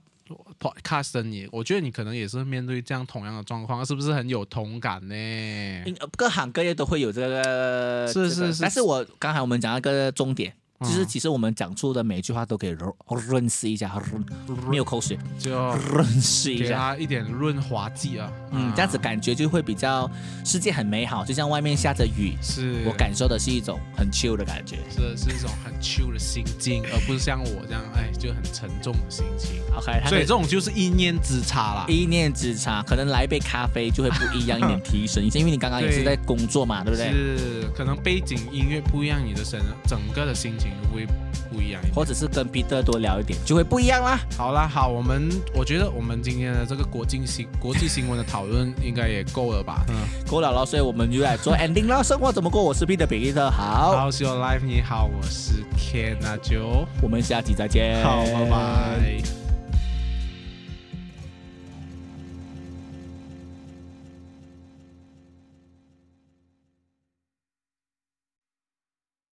Speaker 2: podcast 的你，我觉得你可能也是面对这样同样的状况，是不是很有同感呢？
Speaker 1: 因各行各业都会有这个，
Speaker 2: 是
Speaker 1: 这个
Speaker 2: 是是
Speaker 1: 但是我刚才我们讲到一个重点，
Speaker 2: 嗯
Speaker 1: 就是其实我们讲出的每一句话都可以润润饰一下，润
Speaker 2: 嗯
Speaker 1: 没有口水，
Speaker 2: 就
Speaker 1: 润饰一
Speaker 2: 给
Speaker 1: 下。
Speaker 2: 它一点润滑剂啊。
Speaker 1: 嗯，
Speaker 2: 啊
Speaker 1: 这样子感觉就会比较世界很美好，就像外面下着雨，
Speaker 2: 是
Speaker 1: 我感受的是一种很 chill 的感觉。
Speaker 2: 是是一种很 chill 的心境，而不是像我这样哎就很沉重的心情。
Speaker 1: OK，它
Speaker 2: 所以
Speaker 1: 可
Speaker 2: 这种就是一念之差啦。
Speaker 1: 一念之差，可能来一杯咖啡就会不一样一点提升，因为你刚刚也是在工作嘛，对不对？
Speaker 2: 是可能背景音乐不一样，你的整整个的心情就会不一样一点。
Speaker 1: 或者是跟 Peter 多聊一点，就会不一样啦。
Speaker 2: 好啦，好，我们我觉得我们今天的这个国际新 国际新闻的讨论应该也够了吧？嗯，
Speaker 1: 够了咯，所以我们就来做 ending 了。生活怎么过？我是 Peter 比 Peter，好，
Speaker 2: 好，是 Your Life，你好，我是 Ken，那就
Speaker 1: 我们下集再见。
Speaker 2: 好，拜拜。